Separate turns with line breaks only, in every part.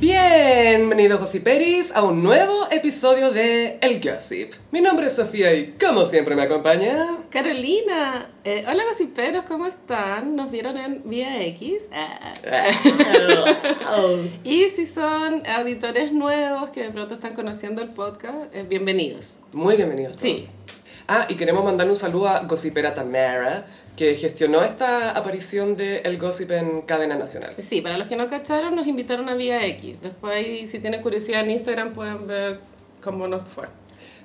Bienvenidos Gossiperis a un nuevo episodio de El Gossip. Mi nombre es Sofía y como siempre me acompaña...
Carolina, eh, hola gossiperos, ¿cómo están? Nos vieron en Vía X. Ah. Y si son auditores nuevos que de pronto están conociendo el podcast, eh, bienvenidos.
Muy bienvenidos todos.
Sí.
Ah, y queremos mandar un saludo a Gossipera Tamara, que gestionó esta aparición de El Gossip en Cadena Nacional.
Sí, para los que no cacharon, nos invitaron a Vía X. Después, ahí, si tienen curiosidad en Instagram, pueden ver cómo nos fue.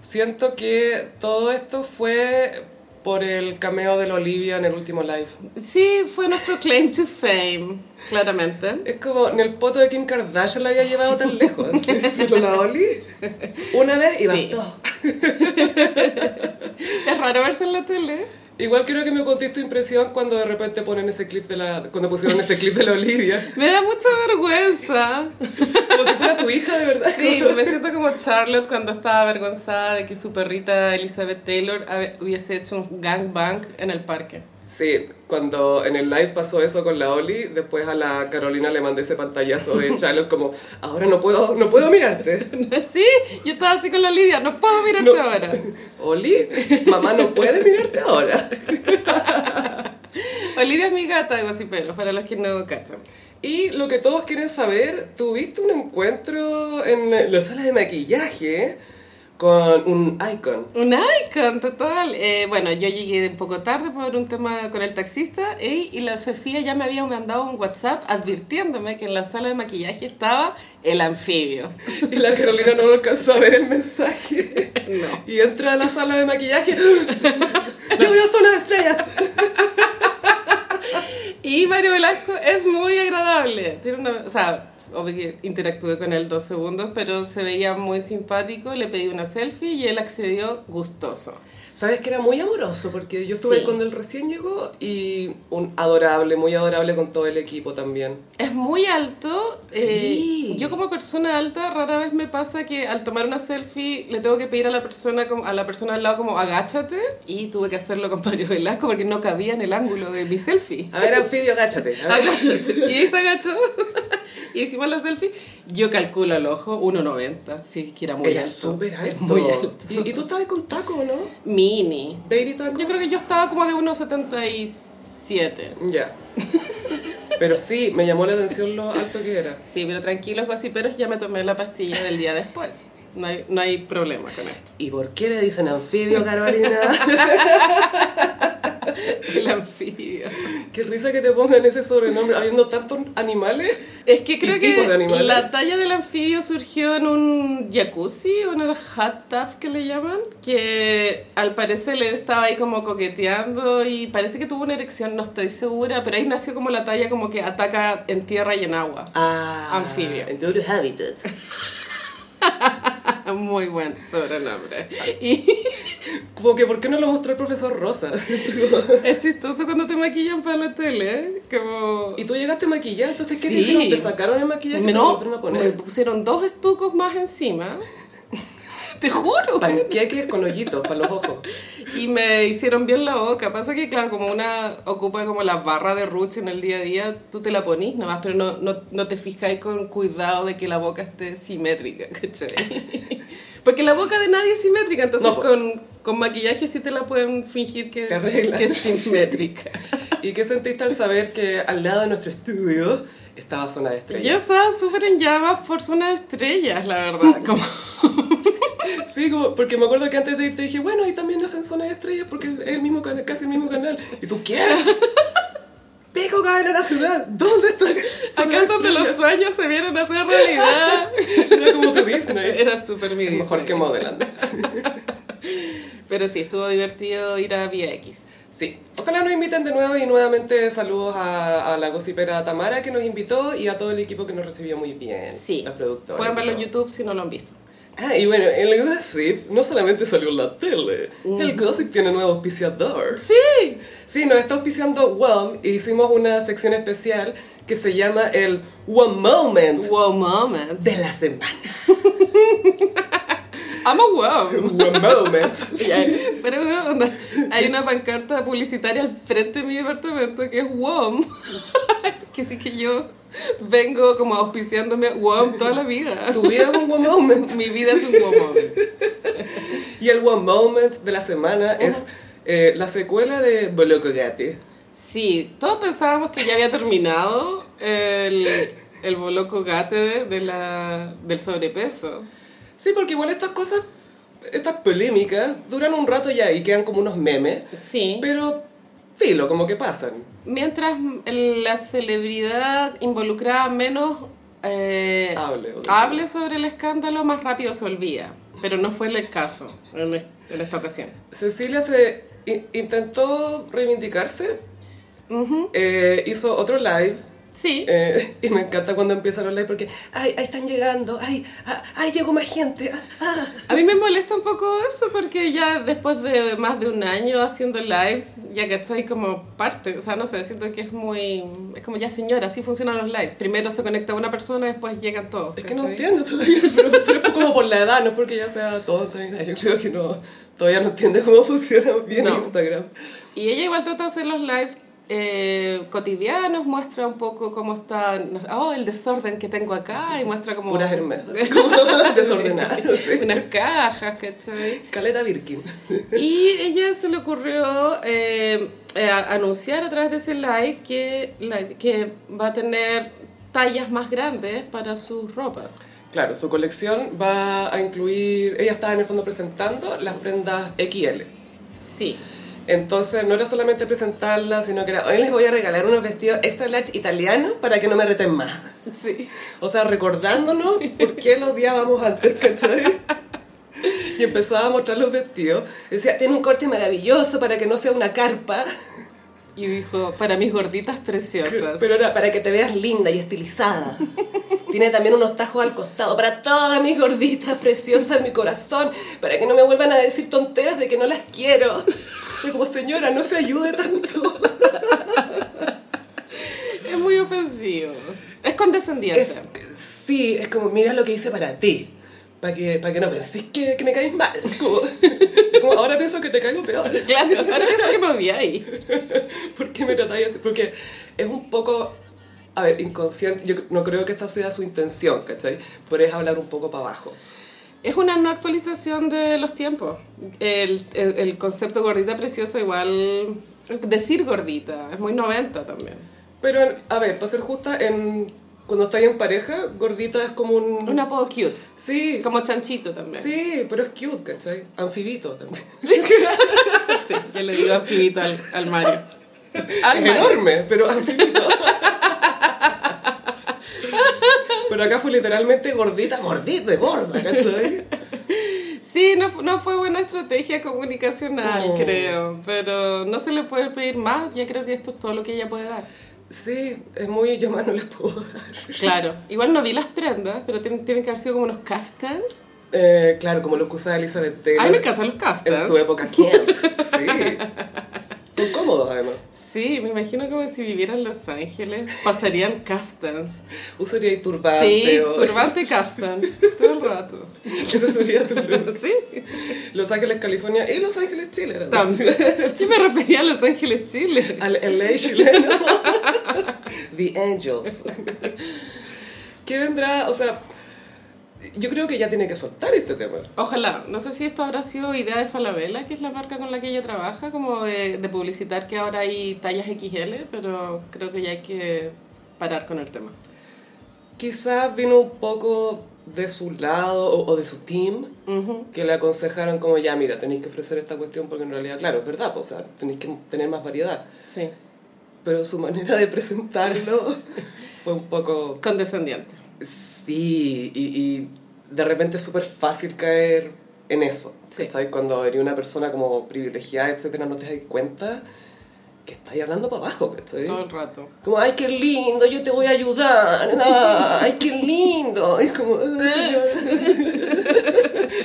Siento que todo esto fue por el cameo de la Olivia en el último live.
Sí, fue nuestro claim to fame, claramente.
Es como en el poto de Kim Kardashian la había llevado tan lejos. Pero la Oli, una vez y
Sí.
bastó.
Es raro verse en la tele.
Igual quiero que me contéis tu impresión cuando de repente ponen ese clip de la... Cuando pusieron ese clip de la Olivia.
Me da mucha vergüenza.
Como si fuera tu hija, de verdad.
Sí, me siento como Charlotte cuando estaba avergonzada de que su perrita Elizabeth Taylor habe- hubiese hecho un gangbang en el parque.
Sí, cuando en el live pasó eso con la Oli, después a la Carolina le mandé ese pantallazo de Charlotte como, ahora no puedo, no puedo mirarte.
Sí, yo estaba así con la Olivia, no puedo mirarte
No.
ahora.
Oli, mamá no puede mirarte ahora.
Olivia es mi gata de gossiperos, para los que no cachan.
Y lo que todos quieren saber, tuviste un encuentro en la sala de maquillaje con un icon.
Un icon total. Eh, bueno, yo llegué un poco tarde por un tema con el taxista eh, y la Sofía ya me había mandado un WhatsApp advirtiéndome que en la sala de maquillaje estaba el anfibio.
Y la Carolina no lo alcanzó a ver el mensaje.
No.
Y entra a la sala de maquillaje. ¡Ah! Yo veo zona de estrellas.
Y Mario Velasco es muy agradable. Tiene una, o sea, obvio que interactué con él dos segundos, pero se veía muy simpático. Le pedí una selfie y él accedió gustoso.
Sabes que era muy amoroso porque yo estuve
Sí.
cuando él recién llegó y un adorable, muy adorable con todo el equipo también.
Es muy alto.
Sí.
eh, yo como persona alta rara vez me pasa que al tomar una selfie le tengo que pedir a la persona como- a la persona al lado como agáchate y tuve que hacerlo con Mario Velasco porque no cabía en el ángulo de mi selfie.
A ver, anfibio, agáchate. a ver.
Agáchate. Y ahí se agachó. Y hicimos la selfie. Yo calculo al ojo 1,90. Sí, es que era muy
Ella es
alto.
súper
Es
alto.
muy alto.
Y, y tú estabas con taco, ¿no?
Mini.
Baby taco.
Yo creo que yo estaba como de 1,77.
Ya. Pero sí, me llamó la atención lo alto que era.
Sí, pero tranquilos, gossiperos, ya me tomé la pastilla del día después. No hay, no hay problema con esto.
¿Y por qué le dicen anfibio, Carolina?
El anfibio.
qué risa que te pongan ese sobrenombre, habiendo tantos animales.
Es que creo
¿Y tipos de
que
animales?
la talla del anfibio surgió en un jacuzzi, o en el hot tub que le llaman, que al parecer él estaba ahí como coqueteando y parece que tuvo una erección, no estoy segura, pero ahí nació como la talla como que ataca en tierra y en agua.
Ah,
Anfibio.
En Dodo Habitat.
Muy buen sobrenombre. Y
Como que, ¿por qué no lo mostró el profesor Rosas?
es chistoso cuando te maquillan para la tele, ¿eh? como...
Y tú llegaste maquillada, entonces ¿qué
Sí.
te hicieron? ¿Te sacaron el maquillaje y te lo
No, Pues,
volvieron a
me
poner?
pusieron dos estucos más encima. Te juro.
Panqueques con hoyitos para los ojos.
Y me hicieron bien la boca. Pasa que, claro, como una ocupa como la barra de Ruch en el día a día, tú te la ponís nomás, pero no, no, no te fijáis con cuidado de que la boca esté simétrica, ¿cachai? Porque la boca de nadie es simétrica, entonces
No, po.
con, con maquillaje sí te la pueden fingir que,
Te arreglan.
que es simétrica.
¿Y qué sentiste al saber que al lado de nuestro estudio estaba Zona de
Yo
Estrellas?
estaba súper en llamas por zona de estrellas, la verdad. Como,
Sí, como, porque me acuerdo que antes de irte dije, bueno, y también hacen Zona de Estrellas porque es el mismo canal, casi el mismo canal. ¿Y tú qué? Pico cadena nacional, ¿dónde está? Zona
acá
de
es donde los
Estrellas?
sueños se vienen a hacer realidad.
Era como tu Disney.
Era súper mi
Mejor
Disney.
que Modeland.
Pero sí, estuvo divertido ir a Vía X.
Sí. Ojalá nos inviten de nuevo y nuevamente saludos a, a la gocipera Tamara que nos invitó y a todo el equipo que nos recibió muy bien.
Sí.
Los productores.
Pueden verlo en
y todo.
YouTube si no lo han visto.
Ah, y bueno, el gossip no solamente salió en la tele,
Mm.
el gossip tiene nuevo auspiciador.
¡Sí!
Sí, nos está auspiciando WOM y hicimos una sección especial que se llama el One Moment
Wow moment.
de la semana.
I'm a wow.
One Moment.
Ya, Pero bueno, onda, hay una pancarta publicitaria al frente de mi departamento que es wow. que sí que yo Vengo como auspiciándome WOM toda la vida.
Tu vida es un one moment.
Mi vida es un WOM moment.
Y el one moment de la semana es eh, la secuela de Boloco Gatti.
Sí, todos pensábamos que ya había terminado el, el boloco gate de, de la, del sobrepeso.
Sí, porque igual estas cosas, estas polémicas, duran un rato ya y quedan como unos memes.
Sí.
Pero, filo, como que pasan.
Mientras la celebridad involucrada menos eh,
Hable, o-
hable sobre el escándalo, más rápido se olvida. Pero no fue el caso en, es- en esta ocasión.
Cecilia se in- intentó reivindicarse. Eh, hizo otro live
Sí.
eh, y me encanta cuando empiezan los live porque ay, ahí están llegando, ay, ah, ay llegó más gente. ah, ah".
A mí me molesta un poco eso porque ya después de más de un año haciendo lives, ya que estoy como parte, o sea, no sé, siento que es muy... Es como ya señora, así funcionan los lives. Primero se conecta una persona, después llegan todos.
Es que no
¿cachai?
entiendo todavía, pero, pero es como por la edad, no es porque ya sea tonta ni nada. Yo creo que no, todavía no entiende cómo funciona bien
No.
Instagram.
Y ella igual trata de hacer los lives eh, cotidianos, muestra un poco cómo está, no- oh, el desorden que tengo acá, y muestra como...
Puras hermesas, así como desordenadas. sí.
Unas cajas, ¿cachai?
Caleta Birkin.
Y ella se le ocurrió eh, eh, a- anunciar a través de ese live que, la- que va a tener tallas más grandes para sus ropas.
Claro, su colección va a incluir, ella estaba en el fondo presentando las prendas XL.
Sí.
Entonces no era solamente presentarlas, sino que era, hoy les voy a regalar unos vestidos extra large italianos para que no me reten más.
Sí.
O sea, recordándonos por qué los odiábamos antes, ¿cachai? Y empezaba a mostrar los vestidos. Decía, tiene un corte maravilloso para que no sea una carpa.
Y dijo, para mis gorditas preciosas.
Pero era para que te veas linda y estilizada. Tiene también unos tajos al costado para todas mis gorditas preciosas de mi corazón. Para que no me vuelvan a decir tonteras de que no las quiero. Yo como, señora, no se ayude tanto.
Es muy ofensivo. Es condescendiente.
Es, sí, es como, mira lo que hice para ti. Para que, para que no penséis que, que me caes mal. Como, como ahora pienso que te caigo peor.
Claro, ahora pienso que me odiáis.
¿Por qué me tratáis así? Porque es un poco, a ver, inconsciente. Yo no creo que esta sea su intención, ¿cachai? Pero es hablar un poco para abajo.
Es una no actualización de los tiempos. El, el- el concepto gordita preciosa igual... Decir gordita, es muy 90 también.
Pero, a ver, para ser justa, en, cuando estáis en pareja, gordita es como un...
Un apodo cute.
Sí,
Como chanchito también.
sí, pero es cute, ¿cachai? Anfibito también.
Sí, yo le digo anfibito al, al Mario. Al
Es
Mario.
enorme, pero anfibito. pero acá fue literalmente gordita, gordita, gorda, ¿cachai?
Sí, no, fu- no fue buena estrategia comunicacional,
No.
creo. Pero no se le puede pedir más. Ya creo que esto es todo lo que ella puede dar.
Sí, es muy... Yo más no les puedo dar.
Claro. Igual no vi las prendas, pero tienen, tienen que haber sido como unos castans.
Eh, claro, como lo que usaba Elizabeth Taylor.
A mí me encantan los
Eh, En su
castans.
época camp. Sí. Son cómodos además.
Sí, me imagino como si viviera en Los Ángeles. Pasarían castans.
Usaría turbante.
Sí,
o-
turbante y castan. Todo el rato.
Ese sería tu look.
Sí.
Los Ángeles, California y Los Ángeles, Chile. también.
También. Yo me refería a Los Ángeles, Chile.
Al LA chileno. The Angels. ¿Qué vendrá? O sea, yo creo que ya tiene que soltar este tema.
Ojalá, no sé si esto habrá sido idea de Falabella, que es la marca con la que ella trabaja, como de, de publicitar que ahora hay tallas XL, pero creo que ya hay que parar con el tema.
Quizás vino un poco de su lado o, o de su team. Que le aconsejaron como ya, mira, tenéis que ofrecer esta cuestión porque en realidad, claro, es verdad, pues, o sea, tenéis que tener más variedad.
Sí.
pero su manera de presentarlo fue un poco...
Condescendiente.
Sí, y, y de repente es súper fácil caer en eso.
Sí.
¿Sabes? Cuando eres una persona como privilegiada, etcétera, no te das cuenta que estás hablando para abajo, ¿cachai?
Todo el rato.
Como, ay, qué lindo, yo te voy a ayudar. Ay, qué lindo. Es como, "Ay, señor".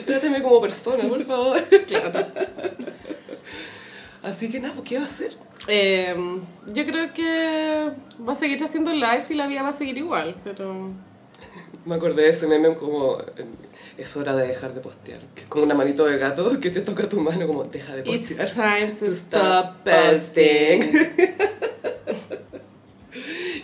Tráteme como persona, por favor.
Claro.
Así que nada, pues, ¿qué va a hacer?
Eh, yo creo que va a seguir haciendo lives y la vida va a seguir igual, pero...
Me acordé de ese meme como eh, es hora de dejar de postear. Que es como una manito de gato que te toca tu mano como deja de
It's
postear.
time to
stop
stop posting.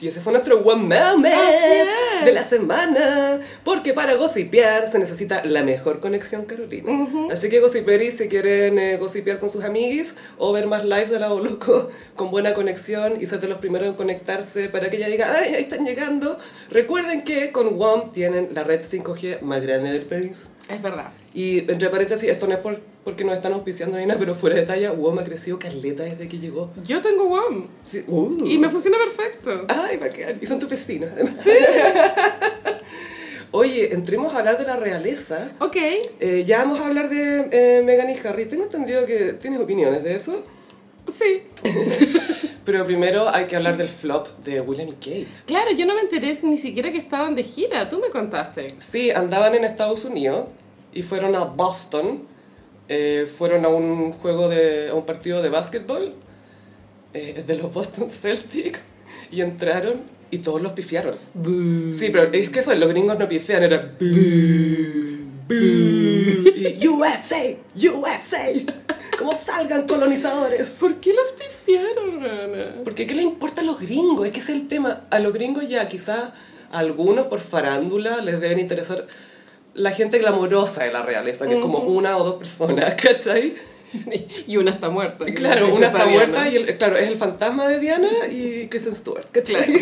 Y ese fue nuestro One Moment
Así es.
de la semana. Porque para gossipear se necesita la mejor conexión, Carolina. Así que gossiperis, si quieren eh, gossipear con sus amiguis o ver más lives de la Boluco con buena conexión y ser de los primeros en conectarse para que ella diga, ay, ahí están llegando. Recuerden que con WOM tienen la red 5G más grande del país.
Es verdad.
Y entre paréntesis, esto no es por, porque nos están auspiciando ni nada, pero fuera de talla, WOM ha crecido caleta desde que llegó.
Yo tengo WOM
Sí, uh.
y me funciona perfecto.
Ay, bacán. Y son tus vecinas. además. Oye, entremos a hablar de la realeza.
Ok.
Eh, ya vamos a hablar de eh, Meghan y Harry. Tengo entendido que tienes opiniones de eso.
Sí.
Pero primero hay que hablar del flop de William y Kate.
Claro, yo no me enteré ni siquiera que estaban de gira. Tú me contaste.
Sí, andaban en Estados Unidos y fueron a Boston. Eh, fueron a un juego de. a un partido de básquetbol eh, de los Boston Celtics y entraron y todos los pifiaron. Sí, pero es que eso, los gringos no pifian, era "Bú, bú", y USA, USA, como salgan colonizadores.
¿Por qué los pifiaron, Rana?
Porque ¿qué le importa a los gringos? Es que ese es el tema. A los gringos ya quizás a algunos por farándula les deben interesar la gente glamorosa de la realeza, que es como una o dos personas, ¿cachai?
Y una está muerta. que
Claro,
la
una está
princesa
muerta
Diana.
y el- claro, es el fantasma de Diana y Kristen Stewart, ¿cachai?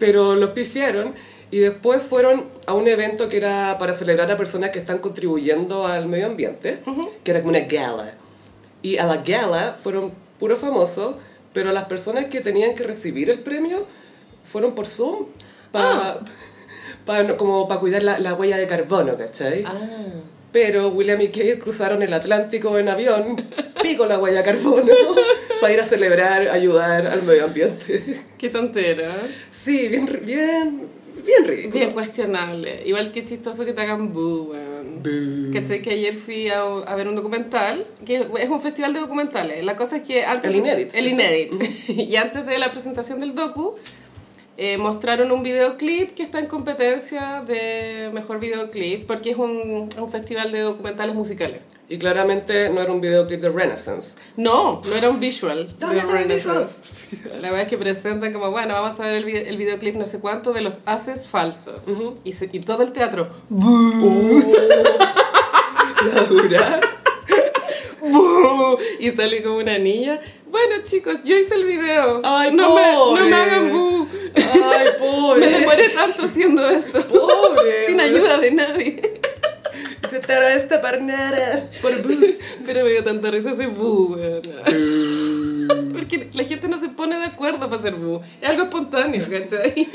Pero los pifiaron y después fueron a un evento que era para celebrar a personas que están contribuyendo al medio ambiente, que era como una gala. Y a la gala fueron puros famosos, pero las personas que tenían que recibir el premio fueron por Zoom
Ah.
para como para cuidar la, la huella de carbono, ¿cachai?
Ah.
Pero William y Kate cruzaron el Atlántico en avión, pico la huella de carbono, para ir a celebrar, ayudar al medio ambiente.
Qué tontera.
Sí, bien, ri- bien, bien ridículo.
Bien cuestionable. Igual que chistoso que te hagan boo, weón. ¿Cachai? Que ayer fui a, a ver un documental, que es un festival de documentales. La cosa es que antes...
El Inédit,
El
¿cierto? Mm.
Inédit. y antes de la presentación del docu, eh, mostraron un videoclip que está en competencia de mejor videoclip, porque es un, un festival de documentales musicales.
Y claramente no era un videoclip de Renaissance.
No, no era un visual.
No,
de
no era un
Renaissance. La verdad es que presentan como, bueno, vamos a ver el, vide- el videoclip no sé cuánto de los haces falsos. y, se- y todo el teatro.
Uh. La dura.
"Bú", Y sale como una niña. Bueno, chicos, yo hice el video.
Ay,
no, me, no
pobre.
me hagan boo.
Ay,
Me
pobre.
demoré tanto haciendo esto.
Pobre,
Sin
pobre.
ayuda de nadie.
Se taró esta parnara por bus.
Pero me dio tanta risa ese boo, weona.
Mm.
Porque la gente no se pone de acuerdo para hacer boo. Es algo espontáneo, ¿cachai?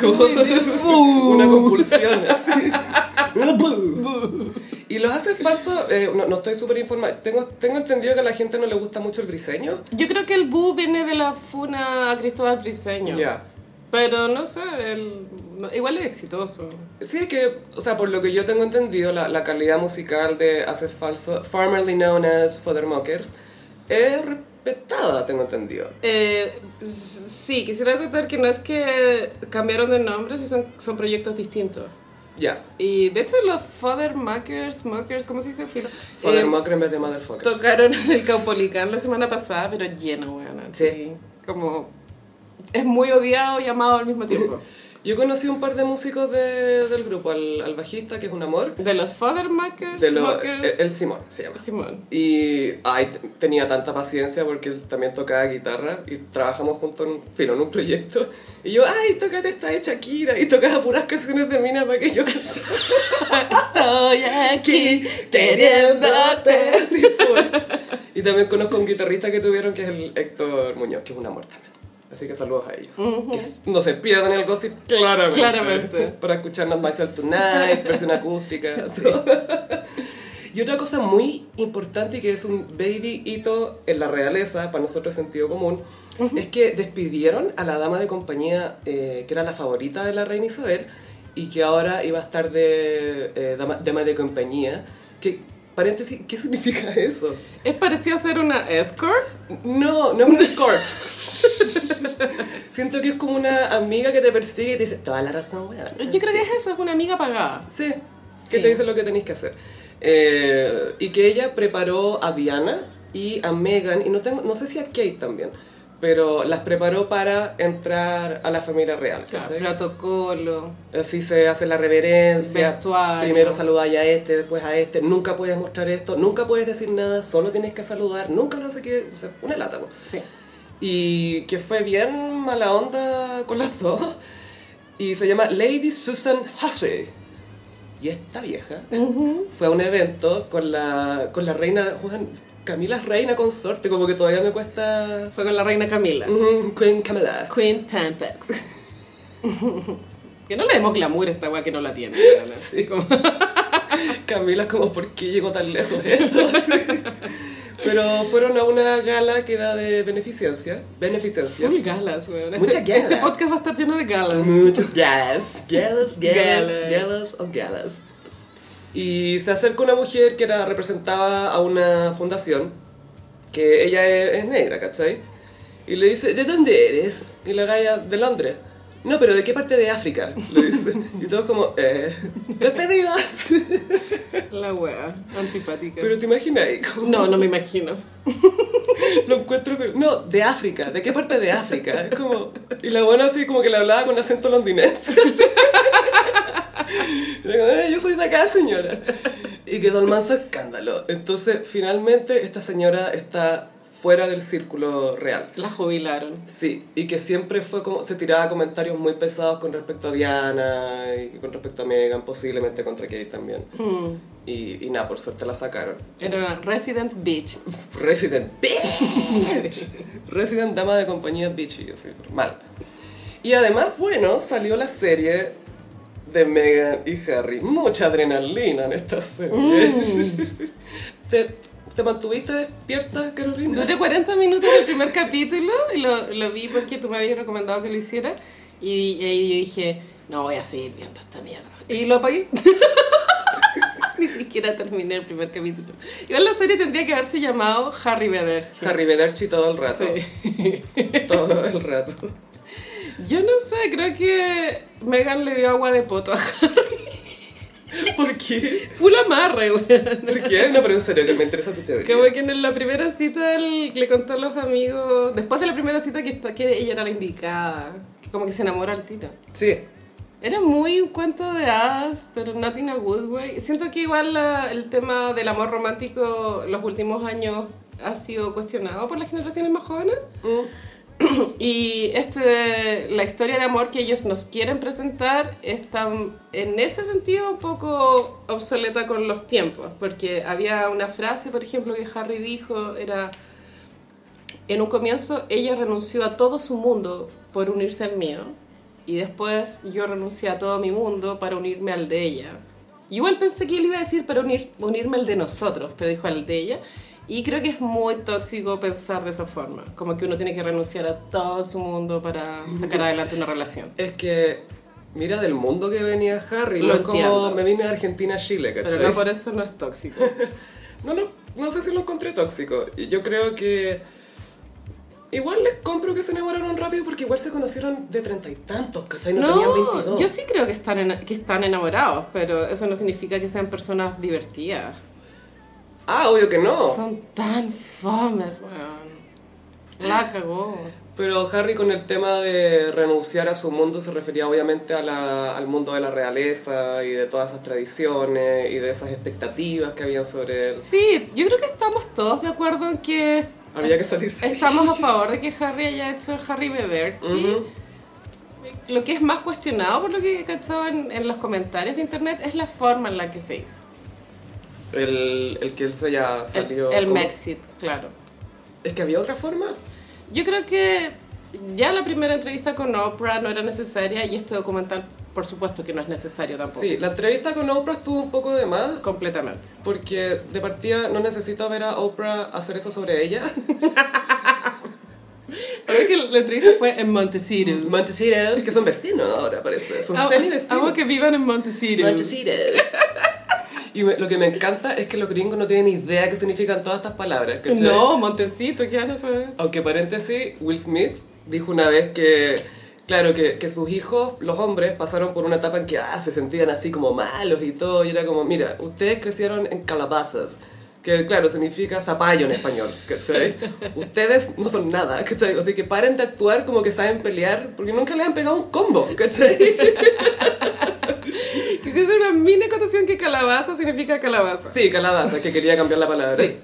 Como
Sí, sí.
una compulsión así. Y los hace falsos, eh, no, no estoy súper informada. Tengo, tengo entendido que a la gente no le gusta mucho el briseño.
Yo creo que el bu viene de la funa a Cristóbal Briseño.
Ya.
Pero no sé, el- no- igual es exitoso.
Sí, es que, o sea, por lo que yo tengo entendido, la, la calidad musical de Hace Falso, formerly known as Fothermockers, es respetada, tengo entendido.
Eh, s- sí, quisiera contar que no es que cambiaron de nombre, sí son, son proyectos distintos.
Ya.
Y de hecho los Father Muckers, Muckers, ¿cómo se dice? Filo? Eh,
Fothermocker en vez de Motherfuckers.
tocaron en el Caupolicán la semana pasada, pero lleno, weón. así,
Sí.
Como es muy odiado y amado al mismo tiempo.
Yo conocí un par de músicos de- del grupo, al, al bajista, que es un amor,
De los Father Muckers,
de lo, eh,
Muckers,
el, el Simón se llama.
Simón.
Y ay, t- tenía tanta paciencia porque él también tocaba guitarra y trabajamos juntos en, un- filo, en un proyecto. Y yo, ay, tócate esta de Shakira. Y tocaba puras canciones de Mina para que yo cantara.
Estoy aquí
queriéndote. Sí, fue. Y también conozco a un guitarrista que tuvieron que es el Héctor Muñoz, que es un amor también. Así que saludos a ellos. Que s- no se pierdan el gossip claramente.
Claramente.
Para escucharnos Myself Tonight, versión acústica. todo. Y otra cosa muy importante y que es un baby hito en la realeza, para nosotros sentido común, es que despidieron a la dama de compañía eh, que era la favorita de la reina Isabel y que ahora iba a estar de eh, dama, dama de compañía. Que, paréntesis, ¿qué significa eso?
Es parecido a ser una escort.
No, no es un escort. Siento que es como una amiga que te persigue y te dice, toda la razón, weón.
Yo creo que es eso, es una amiga pagada.
Sí, que
Sí.
te dice lo que tenéis que hacer. Eh, y que ella preparó a Diana y a Megan, y no, tengo, no sé si a Kate también, pero las preparó para entrar a la familia real.
Claro,
¿cachai?
protocolo.
Así se hace la reverencia.
Vestuario.
Primero saludáis a este, después a este. Nunca puedes mostrar esto, nunca puedes decir nada, solo tienes que saludar. Nunca no sé qué. O sea, una lata, po.
Sí.
Y que fue bien mala onda con las dos. Y se llama Lady Susan Hussey. Y esta vieja fue a un evento con la, con la reina, Juan, Camila es reina consorte, como que todavía me cuesta...
Fue con la reina Camila.
Ujú, Queen Camila.
Queen Tampax. que no le demos glamour a esta weá que no la tiene. weona.
Sí, como... Camila es como, ¿por qué llegó tan lejos de esto? Sí. Pero fueron a una gala que era de beneficencia. Beneficencia.
Full galas, weón. Este,
Mucha gala.
este podcast va a estar lleno de galas.
Muchas galas, galas, galas,
Galas.
galas o galas. Y se acerca una mujer que era, representaba a una fundación, que ella e, es, es negra, ¿cachai? Y le dice, ¿de dónde eres? Y la galla, de Londres. No, pero ¿de qué parte de África? Le dice. Y todos como, eh, despedida.
La weá, antipática.
Pero te imaginas, ahí como,
No, no me imagino.
lo encuentro, pero- no, de África, ¿de qué parte de África? Es como, y la buena así como que le hablaba con acento londinense. Y le digo, "Eh, yo soy de acá, señora. Y quedó el manso escándalo. Entonces, finalmente, esta señora está fuera del círculo real.
La jubilaron.
Sí, y que siempre fue como, se tiraba comentarios muy pesados con respecto a Diana y con respecto a Megan, posiblemente contra Kate también. Y, y nada, por suerte la sacaron.
Era una resident bitch.
Resident Bitch. Resident Dama de Compañía Bitch. y yo así, mal. Y además, bueno, salió la serie de Meghan y Harry. Mucha adrenalina en esta serie.
Mm.
¿Te, te mantuviste despierta, Carolina?
Duré 40 minutos el primer capítulo y lo, lo vi porque tú me habías recomendado que lo hiciera. Y, y ahí yo dije, no voy a seguir viendo esta mierda. Y lo apagué. Ni siquiera terminé el primer capítulo. Igual la serie tendría que haberse llamado Harry Bederchi.
Harry Bederchi todo el rato. Todo el rato.
Yo no sé, creo que Megan le dio agua de poto a Harry.
¿Por qué?
Full amarre, weón.
¿Por qué? No, pero en serio, que me interesa tu teoría.
Como que en la primera cita él le contó a los amigos, después de la primera cita que, está- que ella era la indicada, que como que se enamora al tiro.
Sí,
Era muy un cuento de hadas, pero not in a good way. Siento que igual la- el tema del amor romántico los últimos años ha sido cuestionado por las generaciones más jóvenes.
Mm.
Y este, la historia de amor que ellos nos quieren presentar está en ese sentido un poco obsoleta con los tiempos, porque había una frase, por ejemplo, que Harry dijo, era, en un comienzo ella renunció a todo su mundo por unirse al mío, y después yo renuncié a todo mi mundo para unirme al de ella. Igual pensé que él iba a decir para unir, unirme al de nosotros, pero dijo al de ella. Y creo que es muy tóxico pensar de esa forma, como que uno tiene que renunciar a todo su mundo para sacar adelante una relación.
es que mira del mundo que venía Harry.
Lo
no es como
entiendo.
me vine de Argentina a Chile, ¿cachai?
Pero no por eso no es tóxico.
No, no, no sé si lo encontré tóxico. Y Yo creo que. Igual les compro que se enamoraron rápido porque igual se conocieron de treinta y tantos, ¿cachai? No, tenían 22.
yo sí creo que están, ena- que están enamorados, pero eso no significa que sean personas divertidas.
Ah, obvio que no.
Son tan fames, weón. La cagó.
Pero Harry con el tema de renunciar a su mundo se refería obviamente a la- al mundo de la realeza y de todas esas tradiciones y de esas expectativas que habían sobre él.
Sí, yo creo que estamos todos de acuerdo en que
Había que salir.
estamos a favor de que Harry haya hecho el Harry Beber,
Ujú.
Lo que es más cuestionado por lo que he cachado en, en los comentarios de internet es la forma en la que se hizo.
El, el que él se ya
El,
salió.
el
como-
Mexit, claro.
Es que había otra forma.
Yo creo que ya la primera entrevista con Oprah no era necesaria y este documental, por supuesto que no es necesario tampoco.
Sí, la entrevista con Oprah estuvo un poco de más.
Completamente.
Porque de partida no necesito ver a Oprah hacer eso sobre ella.
Creo que la entrevista fue en Montecito.
Montecito, que son vecinos ahora, parece. Son
Amo-
semi-vecinos.
Amo que vivan en Montecito.
Montecito. Y me- lo que me encanta es que los gringos no tienen idea qué significan todas estas palabras. ¿cachai?
No, Montecito, ¿qué van a saber?
Aunque paréntesis, Will Smith dijo una vez que, claro, que, que sus hijos, los hombres, pasaron por una etapa en que ah, se sentían así como malos y todo. Y era como, mira, ustedes crecieron en calabazas. que claro, significa zapallo en español, ¿cachai? Ustedes no son nada, ¿cachai? Así que paren de actuar como que saben pelear, porque nunca les han pegado un combo, ¿cachai?
Quisiera hacer una mini acotación que calabaza significa calabaza.
Sí, calabaza, que quería cambiar la palabra.
Sí.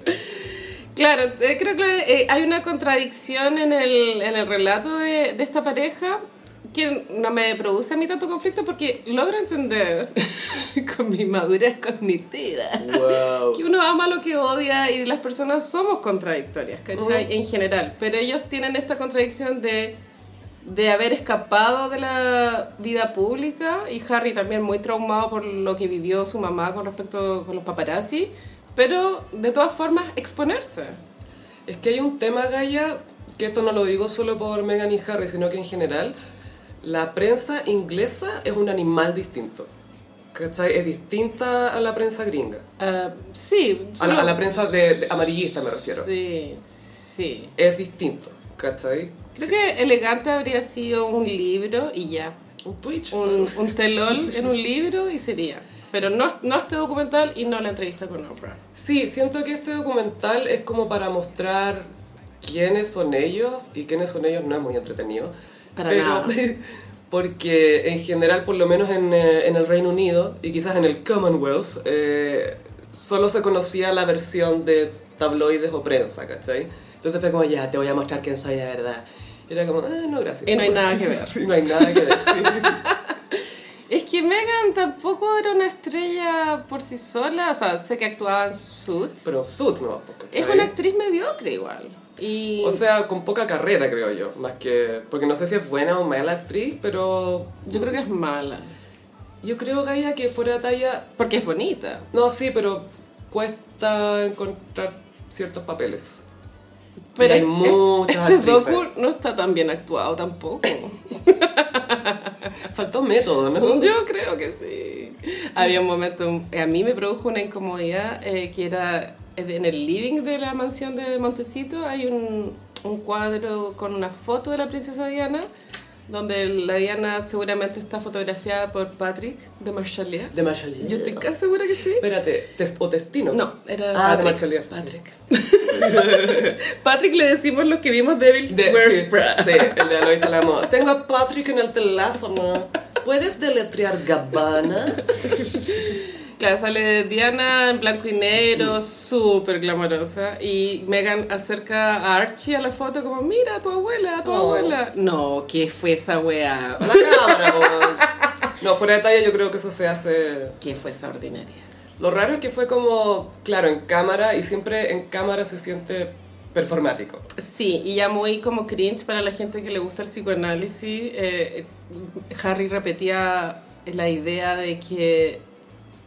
Claro, eh, creo que eh, hay una contradicción en el, en el relato de, de esta pareja que no me produce a mí tanto conflicto porque logro entender con mi madurez cognitiva
Wow.
que uno ama lo que odia y las personas somos contradictorias, ¿cachai? En general, pero ellos tienen esta contradicción de, de haber escapado de la vida pública y Harry también muy traumado por lo que vivió su mamá con respecto con los paparazzi, pero de todas formas exponerse.
Es que hay un tema, Gaia, que esto no lo digo solo por Meghan y Harry, sino que en general, la prensa inglesa es un animal distinto. ¿Cachai? Es distinta a la prensa gringa.
Ah, sí,
A la,
solo-
a la prensa de, de amarillista me refiero.
Sí, sí.
Es distinto, ¿cachai?
Creo que elegante habría sido un libro y ya.
Un Twitch.
Un, un telol en un libro y sería. Pero no, no este documental y no la entrevista con Oprah.
Sí, siento que este documental es como para mostrar quiénes son ellos y quiénes son ellos no es muy entretenido.
Para nada.
Porque en general, por lo menos en, eh, en el Reino Unido y quizás en el Commonwealth, eh, solo se conocía la versión de tabloides o prensa, ¿cachai? Entonces fue como, ya, te voy a mostrar quién soy de verdad. Y era como, ah, no, gracias.
Y no hay nada que ver.
Sí, no hay nada que ver, sí.
Es que Megan tampoco era una estrella por sí sola. O sea, sé que actuaba en Suits.
Pero suits no, ¿cachai?
es una actriz mediocre igual. Y
O sea, con poca carrera, creo yo. Más que. Porque no sé si es buena o mala actriz, pero.
yo creo que es mala.
Yo creo, Gaia, que fuera talla.
Porque es bonita.
No, sí, pero cuesta encontrar ciertos papeles.
Pero
hay
es-
muchas
este
actrices.
docu no está tan bien actuado tampoco.
Faltó método, ¿no?
Yo creo que sí. Había un momento, eh, a mí me produjo una incomodidad eh, que era en el living de la mansión de Montecito hay un, un cuadro con una foto de la princesa Diana, donde la Diana seguramente está fotografiada por Patrick de Marchalier.
De Marchalier.
Yo estoy casi segura que sí.
Espérate, tes- o testino.
No, era
Ah, de
Patrick.
Marchalier.
Patrick. Patrick le decimos los que vimos Devil's
De,
Wears
sí,
Prada.
sí, el de Aloy Talamo. Tengo a Patrick en el teléfono. ¿Puedes deletrear Gabbana?
Claro, sale Diana en blanco y negro, súper glamorosa. Y Megan acerca a Archie a la foto como, mira, a tu abuela, a tu
Oh.
abuela. No, ¿qué fue esa weá?
La cámara, vos. No, fuera de talla, yo creo que eso se hace.
¿Qué fue esa ordinaria?
Lo raro es que fue como, claro, en cámara y siempre en cámara se siente performático.
Sí, y ya muy como cringe para la gente que le gusta el psicoanálisis. eh, Harry repetía la idea de que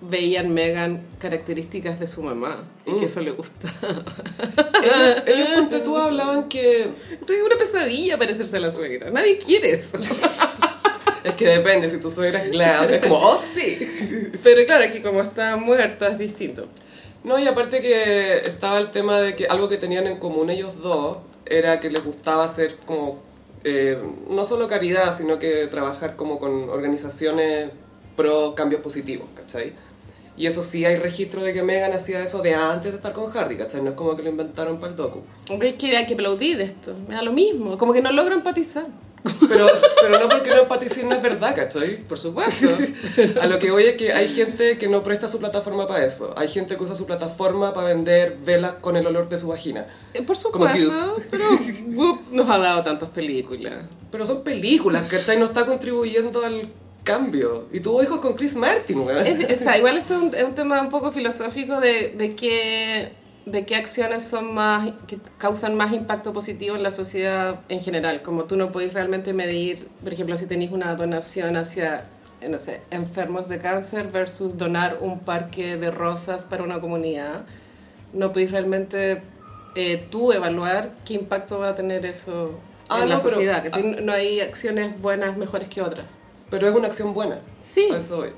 veían Megan características de su mamá y que eso le gusta.
Ellos, ellos ponte tú, hablaban que...
Es una pesadilla parecerse a la suegra. Nadie quiere eso.
Es que depende, si tú suegras glam, es como, oh sí.
Pero claro, que como está muerta es distinto.
No, y aparte que estaba el tema de que algo que tenían en común ellos dos era que les gustaba hacer como, eh, no solo caridad, sino que trabajar como con organizaciones pro cambios positivos, ¿cachai? Y eso sí hay registro de que Megan hacía eso de antes de estar con Harry, ¿cachai? No es como que lo inventaron para el docu.
Hombre, es que hay que aplaudir esto. Me da lo mismo. Como que no logro empatizar.
Pero, pero no porque no empaticen, no es verdad, ¿cachai? Por supuesto. A lo que voy es que hay gente que no presta su plataforma para eso. Hay gente que usa su plataforma para vender velas con el olor de su vagina.
Eh, Por
Como
supuesto, pero Whoop nos ha dado tantas películas.
Pero son películas, ¿cachai? No está contribuyendo al cambio. Y tuvo hijos con Chris Martin, weón.
Es- es- o sea, igual esto es un, es un tema un poco filosófico de, de qué, de qué acciones son más, que causan más impacto positivo en la sociedad en general. Como tú no podéis realmente medir, por ejemplo, si tenéis una donación hacia, eh, no sé, enfermos de cáncer versus donar un parque de rosas para una comunidad, no podéis realmente eh, tú evaluar qué impacto va a tener eso
Ah,
en la
no, pero-
sociedad. que si no- no hay acciones buenas mejores que otras.
Pero es una acción buena.
Sí.
A eso voy.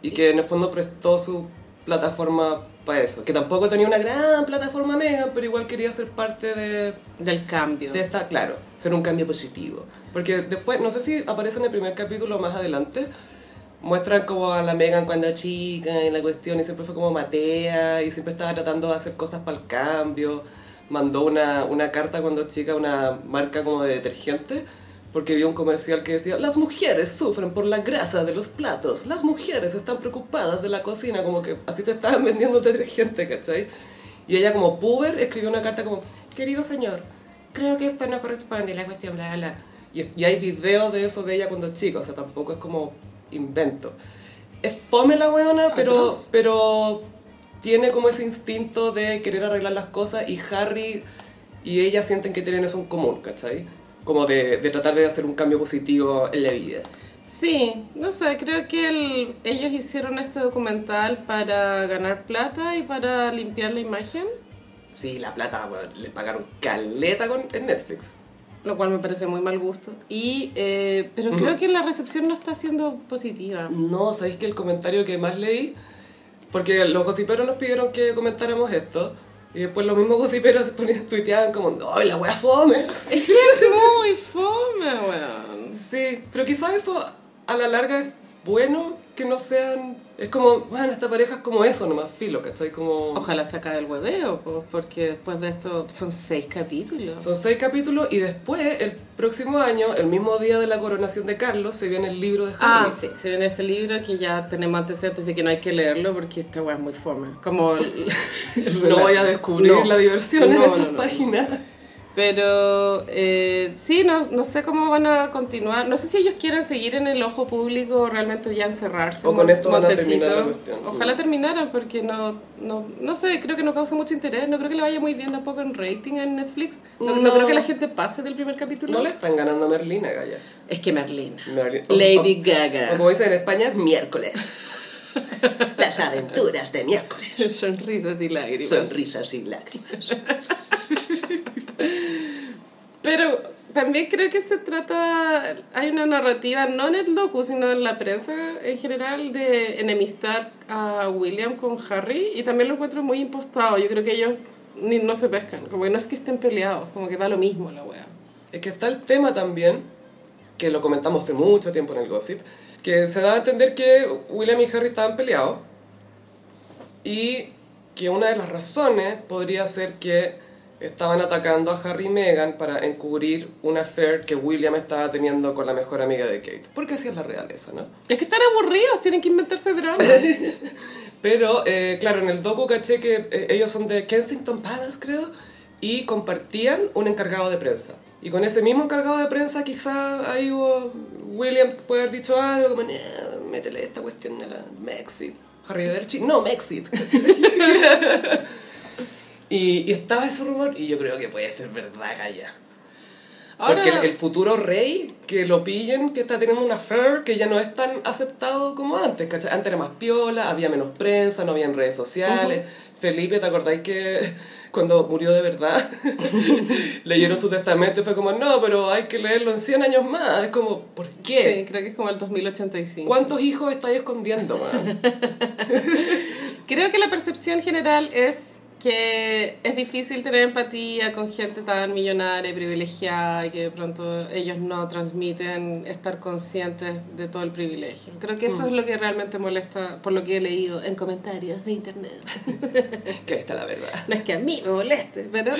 Y que en el fondo prestó su plataforma para eso. Que tampoco tenía una gran plataforma mega, pero igual quería ser parte de
Del cambio.
de esta, claro, ser un cambio positivo. Porque después, no sé si aparece en el primer capítulo más adelante, muestran como a la Megan cuando era chica y la cuestión, y siempre fue como Matea, y siempre estaba tratando de hacer cosas para el cambio. Mandó una, una carta cuando chica a una marca como de detergente, porque vio un comercial que decía, las mujeres sufren por la grasa de los platos, las mujeres están preocupadas de la cocina, como que así te estaban vendiendo el detergente, ¿cachai? Y ella como puber escribió una carta como, querido señor, creo que esta no corresponde la cuestión, bla, bla, bla. Y, y hay videos de eso de ella cuando es chica, o sea, tampoco es como invento. Es fome la weona, pero,
Atroz.
pero tiene como ese instinto de querer arreglar las cosas y Harry y ella sienten que tienen eso en común, ¿cachai? Como de, de tratar de hacer un cambio positivo en la vida.
Sí, no sé, creo que el- ellos hicieron este documental para ganar plata y para limpiar la imagen,
Sí, la plata, weón, le pagaron caleta con, en Netflix.
lo cual me parece muy mal gusto. Y, eh, pero creo que la recepción no está siendo positiva.
No, ¿sabéis que el comentario que más leí? Porque los gossiperos nos pidieron que comentáramos esto. Y después los mismos gossiperos ponían, tuiteaban como, ¡ay, la wea fome!
Es que es muy fome, weón.
Sí, pero quizás eso a la larga es bueno que no sean. Es como, bueno, esta pareja es como eso nomás, filo, ¿cachai? Como.
Ojalá se acabe el hueveo, po, porque después de esto son seis capítulos.
Son seis capítulos y después, el próximo año, el mismo día de la coronación de Carlos, se viene el libro de Harry.
Ah, sí, se viene ese libro que ya tenemos antecedentes de que no hay que leerlo porque esta weá es muy fome. Como.
No voy a descubrir
No.
la diversión en
No,
estas
no, no.
páginas.
Pero eh, sí, no, no sé cómo van a continuar. No sé si ellos quieren seguir en el ojo público o realmente ya encerrarse.
O
en
con esto van a
Montecito.
terminar la cuestión. pues.
Ojalá terminaran porque no, no, no sé, creo que no causa mucho interés. No creo que le vaya muy bien tampoco en rating en Netflix. No, no
No.
creo que la gente pase del primer capítulo.
No le están ganando a Merlina, Gaya.
Es que Merlina.
Merlina-
Lady
o- O
Gaga.
como dicen en España, miércoles. Las aventuras de miércoles.
Sonrisas y lágrimas.
Sonrisas y lágrimas.
Pero también creo que se trata, hay una narrativa, no en el docu, sino en la prensa en general, de enemistar a William con Harry y también lo encuentro muy impostado. Yo creo que ellos ni, no se pescan, como que no es que estén peleados, como que da lo mismo la wea.
Es que está el tema también, que lo comentamos hace mucho tiempo en el gossip, que se da a entender que William y Harry estaban peleados y que una de las razones podría ser que estaban atacando a Harry y Meghan para encubrir una affair que William estaba teniendo con la mejor amiga de Kate. Porque así es la realeza, ¿no?
Es que están aburridos, tienen que inventarse dramas.
Pero, eh, claro, en el docu caché que eh, ellos son de Kensington Palace, creo, y compartían un encargado de prensa. Y con ese mismo encargado de prensa quizá ahí hubo- William puede haber dicho algo como, "Nah, métele esta cuestión de la Mexit. Harry Derchi, no, Mexit. y, y estaba ese rumor, y yo creo que puede ser verdad, Gaya. Porque el, el futuro rey, que lo pillen, que está teniendo una affair que ya no es tan aceptado como antes, ¿cachai? Antes era más piola, había menos prensa, no había en redes sociales. Felipe, ¿te acordáis que cuando murió de verdad leyeron su testamento y fue como, no, pero hay que leerlo en 100 años más? Es como, ¿por
Sí,
qué?
creo que es como el 2085.
¿Cuántos hijos estáis escondiendo, man?
Creo que la percepción general es que es difícil tener empatía con gente tan millonaria y privilegiada y que de pronto ellos no transmiten estar conscientes de todo el privilegio. Creo que eso es lo que realmente molesta, por lo que he leído en comentarios de internet.
que ahí está la verdad.
No es que a mí me moleste, pero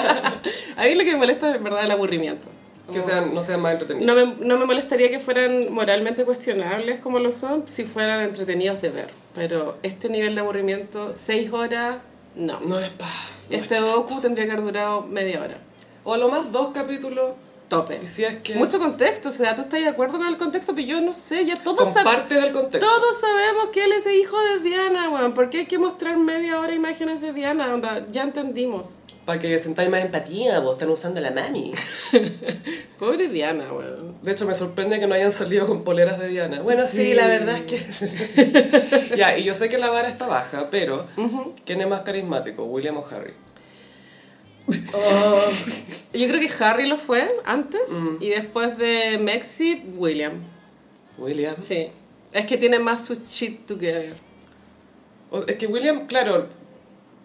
a mí lo que me molesta es en verdad el aburrimiento.
Que
Como-
sean, no sean más entretenidos.
no me, no me molestaría que fueran moralmente cuestionables como lo son si fueran entretenidos de ver. Pero este nivel de aburrimiento, seis horas, no.
No es pa. no es
este
pa.
docu tendría que haber durado media hora.
O a lo más dos capítulos.
Tope.
Y si es que.
Mucho contexto, o sea, tú estás de acuerdo con el contexto, pero yo no sé, ya todos,
con
sab-
parte del contexto.
todos sabemos que él es el hijo de Diana, weón. ¿Por qué hay que mostrar media hora imágenes de Diana? Onda, ya entendimos.
Para que sentáis más empatía, vos están usando la mami.
Pobre Diana, weón.
De hecho, me sorprende que no hayan salido con poleras de Diana. Bueno, sí, la verdad es que... ya, y yo sé que la vara está baja, pero... ¿Quién es más carismático, William o Harry? Oh.
Yo creo que Harry lo fue antes
Mm.
y después de Mexit, William.
William.
Sí. Es que tiene más su shit together.
O- es que William, claro,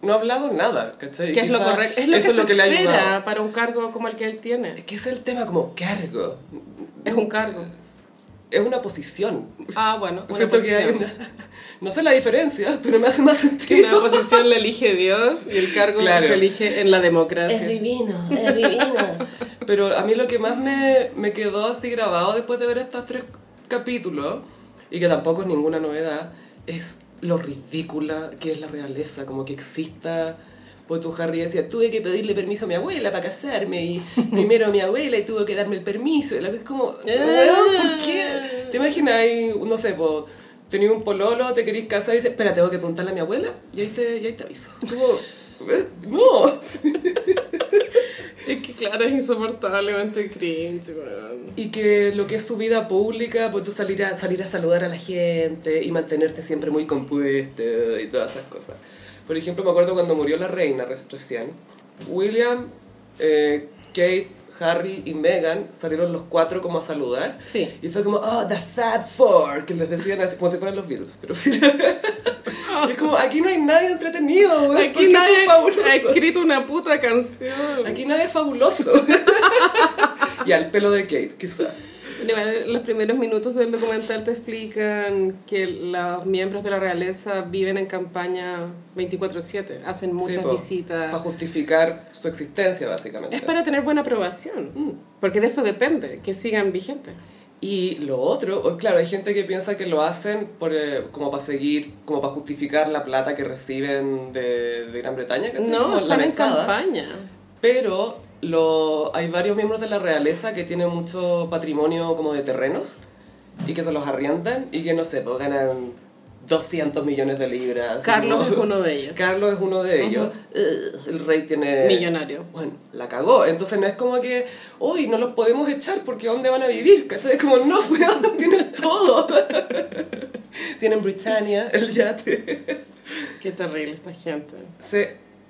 no ha hablado nada, ¿cachai? Y
Que es lo
Eh, quizá
correcto. Es lo
eso
que se
ayudado.
espera para un cargo como el que él tiene.
Es que es el tema como cargo.
Es un cargo.
es una posición.
Ah, bueno. una
Siento que hay
posición.
una- No sé la diferencia, pero me hace más
Que una
sentido.
posición la elige Dios y el cargo
Claro.
se elige en la democracia.
Es divino, es divino. Pero a mí lo que más me, me quedó así grabado después de ver estos tres capítulos, y que tampoco es ninguna novedad, es lo ridícula que es la realeza, como que exista. Pues tu Harry decía, tuve que pedirle permiso a mi abuela para casarme, y primero mi abuela y tuvo que darme el permiso. Y la cosa es como, weón, ¿por qué? ¿Te imaginas? ahí, No sé, pues, tenés un pololo, te querís casar y dices, espera, tengo que preguntarle a mi abuela, y ahí te, y ahí te aviso. Como, no,
Es que claro, es insoportablemente cringe, weón.
Y que lo que es su vida pública, pues tú salir a, salir a saludar a la gente y mantenerte siempre muy compuesto y todas esas cosas. Por ejemplo, me acuerdo cuando murió la reina re- recién, William, eh, Kate, Harry y Meghan salieron los cuatro como a saludar.
Sí.
Y fue como, oh, the Fab Four, que les decían así, como si fueran los Beatles. Pero y es como, aquí no hay nadie entretenido, güey.
Aquí nadie ha escrito una puta canción.
Aquí nadie es fabuloso. y al pelo de Kate, quizá.
Bueno, Los primeros minutos del documental te explican que los miembros de la realeza viven en campaña 24/7, hacen muchas
Para
visitas.
justificar su existencia, básicamente.
Es para tener buena aprobación, porque de eso depende, que sigan vigentes.
Y lo otro, o- claro, hay gente que piensa que lo hacen por, eh, como para seguir, como para justificar la plata que reciben de, de Gran Bretaña, ¿cachai?
No,
Como la
están en
mesada.
campaña.
Pero lo, hay varios miembros de la realeza que tienen mucho patrimonio como de terrenos y que se los arriendan y que, no sé, pues ganan 200 millones de libras.
Carlos
¿no?
es uno de ellos.
Carlos es uno de ellos. Ugh, el rey tiene...
Millonario.
Bueno, la cagó. Entonces no es como que, uy, no los podemos echar porque ¿a ¿dónde van a vivir? ¿Cachai? Es como, no, weón, tienen todo. tienen Britannia, el yate.
Qué terrible esta gente.
Sí,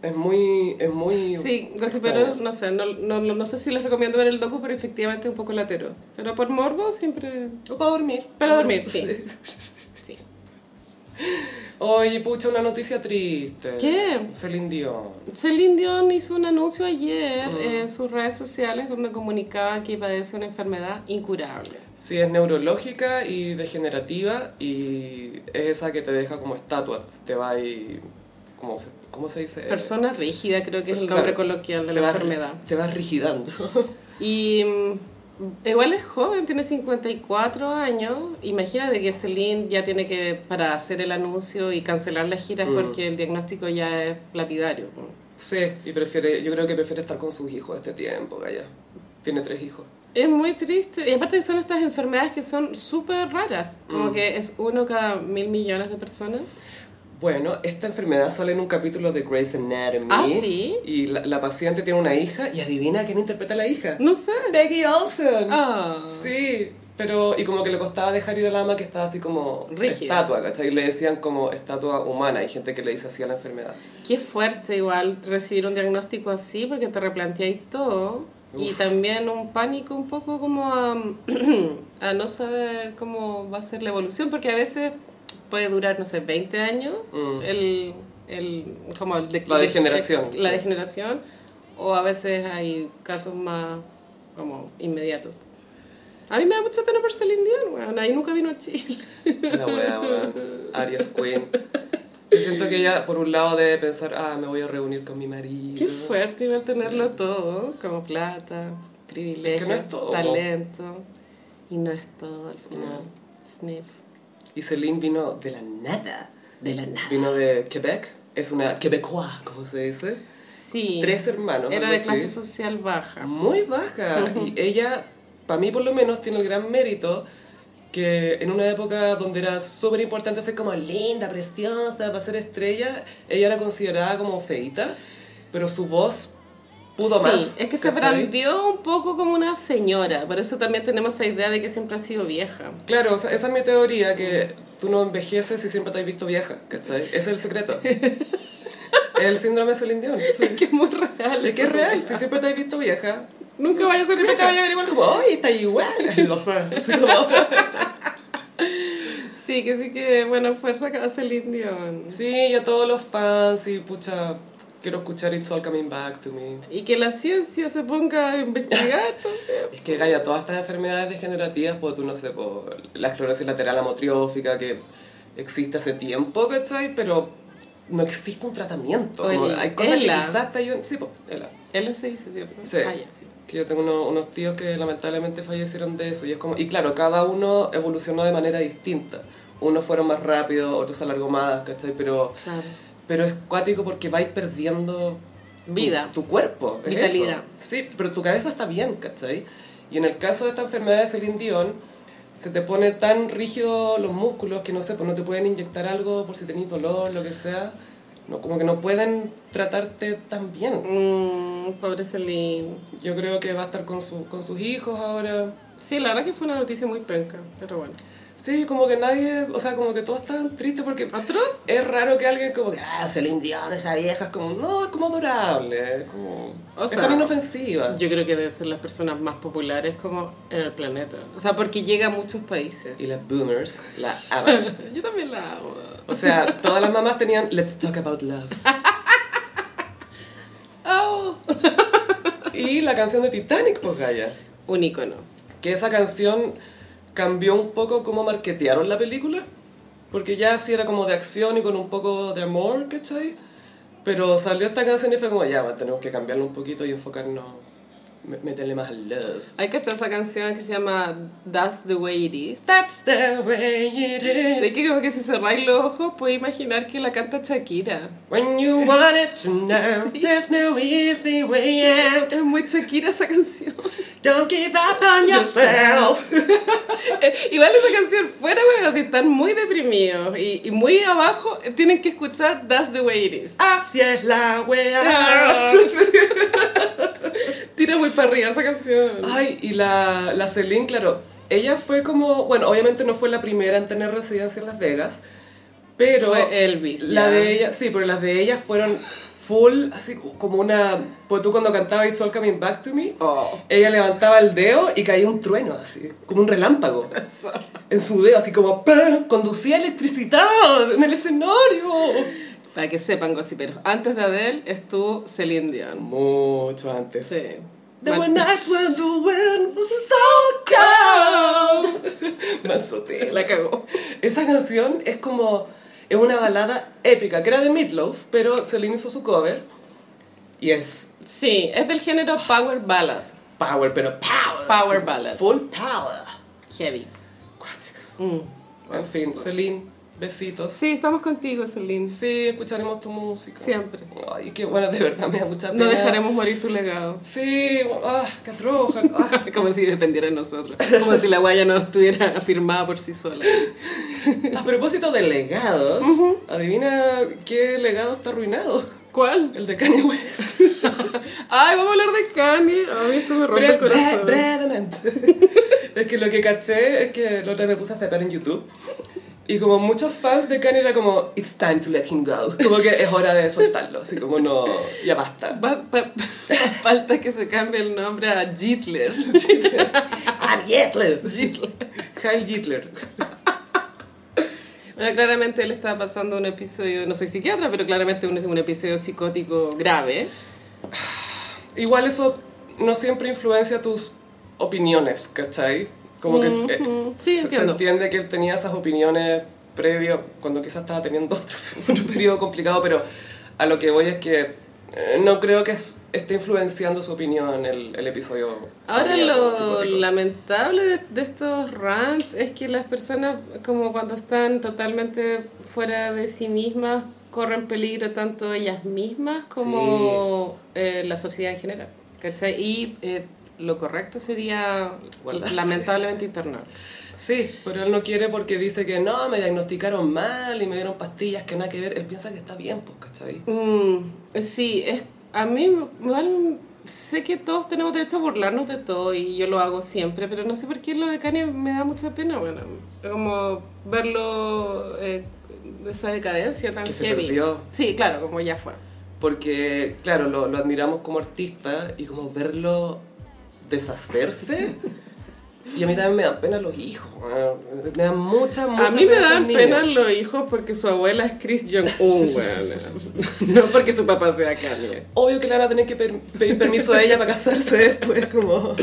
es muy... Es muy
Sí, Gossip
extraño.
Girl, no sé, no, no, no- no sé si les recomiendo ver el docu, pero efectivamente es un poco latero. Pero por morbo siempre...
O para dormir. Ah,
Para dormir, sí. sí.
Oye, pucha, una noticia triste.
¿Qué?
Celine Dion.
Celine Dion hizo un anuncio ayer en sus redes sociales donde comunicaba que padece una enfermedad incurable.
Sí, es neurológica y degenerativa y es esa que te deja como estatua. Te va y... ¿Cómo se, cómo se dice?
Persona rígida creo que es el
Eh. Claro.
nombre coloquial de
Te
la
vas-
enfermedad.
Te vas rigidando.
Y mm, igual es joven, tiene 54 años. Imagínate que Celine ya tiene que, para hacer el anuncio y cancelar las giras porque el diagnóstico ya es lapidario. po.
Sí, y prefiere, yo creo que prefiere estar con sus hijos este tiempo, Gaya. Tiene tres hijos.
Es muy triste. Y aparte son estas enfermedades que son súper raras. Como que es uno cada mil millones de personas.
Bueno, esta enfermedad sale en un capítulo de Grey's Anatomy.
Ah, ¿sí?
Y la, la paciente tiene una hija y adivina quién interpreta a la hija.
No sé.
Peggy Olsen.
Ah.
Sí, pero y como que le costaba dejar ir a la ama que estaba así como
Rígida.
estatua, ¿cachai? Y le decían como estatua humana. Hay gente que le dice así a la enfermedad.
Qué fuerte igual recibir un diagnóstico así porque te replanteáis todo y
Uf.
también un pánico un poco como a, a no saber cómo va a ser la evolución porque a veces puede durar, no sé, 20 años el, el, como el de-
Mm. La degeneración,
de- la
sí.
degeneración o a veces hay casos más como inmediatos. A mí me da mucha pena por Celine Dion, weón, ahí nunca vino a Chile.
La wea, weón. Arias Queen. Yo siento que ella, por un lado, debe pensar, ah, me voy a reunir con mi marido.
Qué fuerte igual tenerlo todo, como plata, privilegio,
Es que no es todo.
talento. Y no es todo al final. Sniff.
Y Celine vino de la nada. De la nada. Vino de Quebec. Es una quebecois, como se dice.
Sí.
Tres hermanos.
Era
algo
de
así.
clase social baja.
Muy baja. Y ella, para mí por lo menos, tiene el gran mérito que en una época donde era súper importante ser como linda, preciosa, para ser estrella, ella era considerada como feita, pero su voz pudo
Sí,
más.
es que se
¿cachai?
brandió un poco como una señora, por eso también tenemos esa idea de que siempre ha sido vieja.
Claro, o sea, esa es mi teoría, que tú no envejeces y siempre te has visto vieja, ¿cachai? Ese es el secreto. el síndrome de Celine Dion. sí.
Es que es muy real.
Es que es real, si siempre te has visto vieja,
Nunca vaya a ser
siempre te
vieja.
vaya a ver igual como, ¡ay, está igual! Lo sé. Así como-
Sí, que sí que, bueno, fuerza que hace el indio.
Sí, y a todos los fans y pucha, Quiero escuchar It's All Coming Back to Me.
Y que la ciencia se ponga a investigar también.
Es que, Gaya, todas estas enfermedades degenerativas, pues tú no sé, pues, la esclerosis lateral amotriófica que existe hace tiempo, ¿cachai? Pero no existe un tratamiento.
O el-
Como hay cosas
ELA.
que quizás hasta yo... Sí, pues, ELA.
Él se dice, ¿cierto?
Sí.
Ah, ya, sí.
Que yo tengo uno- unos tíos que lamentablemente fallecieron de eso. Y, es como, y claro, cada uno evolucionó de manera distinta. Unos fueron más rápidos, otros se alargó más, ¿cachai? Pero, pero es cuático porque vais perdiendo tu-
Vida.
Tu, cuerpo. es
Vitalidad.
eso. Sí, pero tu cabeza está bien, ¿cachai? Y en el caso de esta enfermedad de Celine Dion, se te pone tan rígido los músculos que no sé, pues no te pueden inyectar algo por si tenés dolor, lo que sea. No, como que no pueden tratarte tan bien.
Mm, pobre Celine.
Yo creo que va a estar con, su, con sus hijos ahora.
Sí, la verdad que fue una noticia muy penca, pero bueno.
Sí, como que nadie, o sea, como que todos están tristes porque
¿Otros?
es raro que alguien como que, ah, Celine Dion, esa vieja, es como, no, es como adorable, es como,
O
es
sea,
tan inofensiva.
Yo creo que debe ser las personas más populares como en el planeta. O sea, porque llega a muchos países.
Y las boomers la aman.
Yo también la amo.
O sea, todas las mamás tenían, let's talk about love.
¡Au!
Y la canción de Titanic, pues, Gaya.
Un ícono.
que esa canción cambió un poco cómo marketearon la película. Porque ya sí era como de acción y con un poco de amor, ¿cachai? Pero salió esta canción y fue como, ya, va, tenemos que cambiarlo un poquito y enfocarnos, me- meterle más al love.
Hay que echar esa canción que se llama That's the Way It Is.
That's the way it
Sé
is.
que como que si cerráis los ojos podéis imaginar que la canta Shakira.
When you want it to know, there's no easy way out.
Es muy Shakira esa canción.
Don't give up on yourself.
Eh, Igual esa canción fuera, güey, así están muy deprimidos y, y muy abajo, eh, tienen que escuchar That's the Way It Is.
Así es la wea.
Tira muy para arriba esa canción.
Ay, y la, la Celine, claro, ella fue como, bueno, obviamente no fue la primera en tener residencia en Las Vegas, pero...
Fue Elvis,
La
ya.
de ella, sí, pero las de ellas fueron full, así como una... Pues tú cuando cantabas It's All Coming Back to Me,
Oh.
ella levantaba el dedo y caía un trueno, así, como un relámpago.
Eso.
En su dedo, así como, ¡pam! conducía electricidad en el escenario.
Para que sepan, gossiperos, antes de Adele estuvo Celine Dion.
Mucho antes.
Sí.
There were
Man-
nights when the wind was so cold. Mazote.
La cagó.
Esa canción es como. Es una balada épica, que era de Meatloaf, pero Celine hizo su cover. Y es
Sí, es del género Power Ballad.
power, pero power.
Power
así,
ballad.
Full power.
Heavy. Mm.
En fin, Celine, besitos.
Sí, estamos contigo, Celine.
Sí, escucharemos tu música.
Siempre.
Ay, qué bueno, de verdad me da mucha pena.
No dejaremos morir tu legado.
Sí, ah, qué atroz, ah.
Como si dependiera de nosotros. Como si la guaya no estuviera firmada por sí sola.
A propósito de legados, adivina qué legado está arruinado.
¿Cuál?
El de Kanye West.
Ay, vamos a hablar de Kanye. A mí esto me rompe el
Bre- bre-
corazón.
brevemente. es que lo que caché es que la otra me puse a sacar en YouTube. Y como muchos fans de Kanye era como, it's time to let him go. Como que es hora de soltarlo. Así como no, ya basta.
Va- pa- falta que se cambie el nombre a Hitler.
I'm Hitler. Heil Hitler.
Bueno, claramente él estaba pasando un episodio, no soy psiquiatra, pero claramente un, un episodio psicótico grave.
Igual eso no siempre influencia tus opiniones, ¿cachai? Como que eh,
Sí,
se- se,
entiendo.
entiende que él tenía esas opiniones previo, cuando quizás estaba teniendo otro, otro periodo complicado, pero a lo que voy es que eh, no creo que es- esté influenciando su opinión el, el episodio.
Ahora
cardíaco,
lo
psicótico.
lamentable de, de estos rants es que las personas como cuando están totalmente fuera de sí mismas corren peligro tanto ellas mismas como eh, la sociedad en general. ¿cachai? Y eh, lo correcto sería
Guardarse.
lamentablemente internar.
Sí, pero él no quiere porque dice que no, me diagnosticaron mal y me dieron pastillas que nada que ver. Él piensa que está bien, pues, ¿cachai?
Mm, sí, es, a mí me- me vale- sé que todos tenemos derecho a burlarnos de todo y yo lo hago siempre, pero no sé por qué lo de Kanye me da mucha pena, bueno, como verlo eh, de esa decadencia tan
Que se
heavy.
perdió.
Sí, claro, como ya fue.
Porque, claro, lo, lo admiramos como artista y como verlo deshacerse Y a mí también me dan pena los hijos. weón. Me dan mucha, mucha
A mí me
esos
dan
niños.
pena los hijos porque su abuela es Chris Jong-un, weón. No porque su papá sea Kanye.
Obvio que le van a tener que per- pedir permiso a ella para casarse después, como...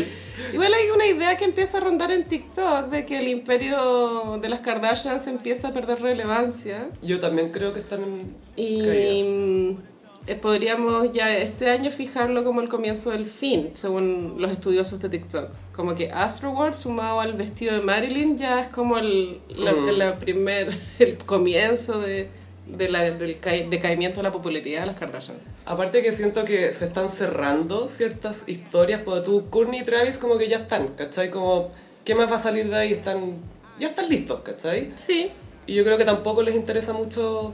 Igual hay una idea que empieza a rondar en TikTok de que el imperio de las Kardashians empieza a perder relevancia.
Yo también creo que están en...
Y
caída.
mm, eh, podríamos ya este año fijarlo como el comienzo del fin, según los estudiosos de TikTok. Como que Astroworld sumado al vestido de Marilyn ya es como el, la,
Mm.
la primer, el comienzo de, de la- del ca- decaimiento de la popularidad de las Kardashians.
Aparte que siento que se están cerrando ciertas historias, porque tú, Courtney y Travis como que ya están, ¿cachai? Como, ¿qué más va a salir de ahí? Están, ya están listos, ¿cachai?
Sí,
Y yo creo que tampoco les interesa mucho,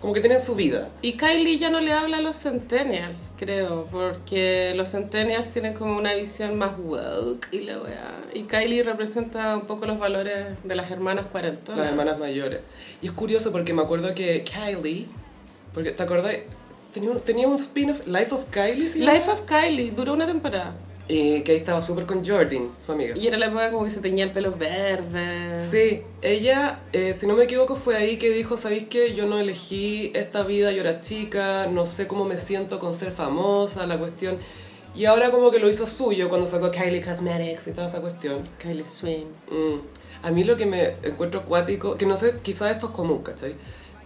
como que tienen su vida.
y Kylie ya no le habla a los Centennials, creo, porque los Centennials tienen como una visión más woke y la weá. Y Kylie representa un poco los valores de las hermanas cuarentonas.
Las hermanas mayores. Y es curioso porque me acuerdo que Kylie, porque ¿te acordás? Tenía un, tenía un spin-off, Life of Kylie, ¿sí?
Life of Kylie duró una temporada.
Eh, que ahí estaba súper con Jordan, su amiga.
Y era la época como que se teñía el pelo verde.
Sí, ella, eh, si no me equivoco, fue ahí que dijo, ¿sabéis qué? Yo no elegí esta vida, yo era chica, no sé cómo me siento con ser famosa, la cuestión. Y ahora como que lo hizo suyo cuando sacó Kylie Cosmetics y toda esa cuestión.
Kylie Swim.
Mm. A mí lo que me encuentro acuático, que no sé, quizás esto es común, ¿cachai?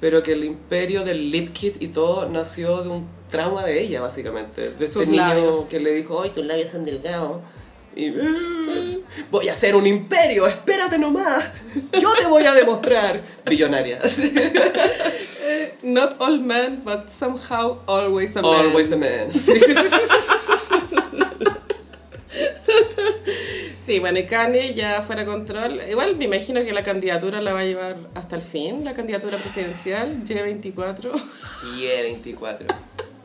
Pero que el imperio del lip kit y todo nació de un trauma de ella, básicamente. De
Sus
este niño
labios.
que le dijo, ¡ay, tus labios son delgados! Y "Ah, voy a hacer un imperio, espérate nomás, yo te voy a demostrar. Billonaria.
Not all men, but somehow always a man.
Always a man.
Sí, bueno, y Kanye ya fuera de control. Igual me imagino que la candidatura la va a llevar hasta el fin, la candidatura presidencial, G24.
Y E24.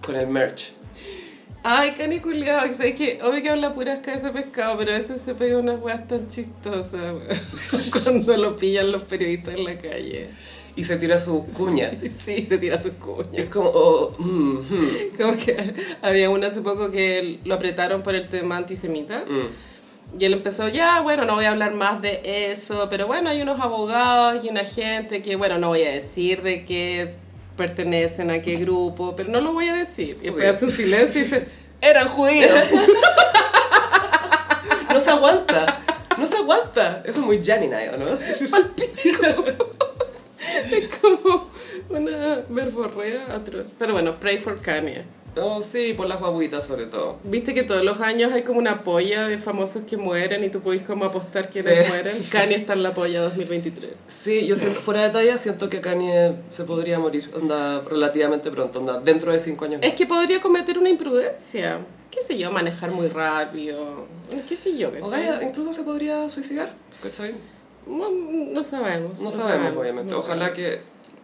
Con el merch.
Ay, Kanye culiao, que sabes que obvio que habla puras cabezas de pescado, pero a veces se pega unas weas tan chistosas weón, cuando lo pillan los periodistas en la calle.
Y se tira su cuña.
Sí, se tira sus cuñas.
Es como, oh, mm, mm,
Como que había uno hace poco que lo apretaron por el tema antisemita.
mm.
Y él empezó, ya, bueno, no voy a hablar más de eso, pero bueno, hay unos abogados y una gente que, bueno, no voy a decir de qué pertenecen a qué grupo, pero no lo voy a decir. Y después
Judíos.
hace un silencio y dice, eran judíos.
No se aguanta. No se aguanta. Eso es muy Gemini, ¿o no?
Es como una verborrea atroz. Pero bueno, pray for Kanye.
Oh, sí, por las guaguitas sobre todo.
Viste que todos los años hay como una polla de famosos que mueren y tú podés como apostar quiénes
Sí.
mueren. Kanye está en la polla 2023.
Sí, yo siento- fuera de talla siento que Kanye se podría morir, onda, relativamente pronto, onda, dentro de cinco años.
Es que podría cometer una imprudencia. ¿Qué sé yo? Manejar muy rápido. ¿Qué sé yo?
O
¿cachai?
sea, incluso se podría suicidar, ¿cachai?
No, no sabemos.
No sabemos, obviamente.
no
Ojalá
sabemos.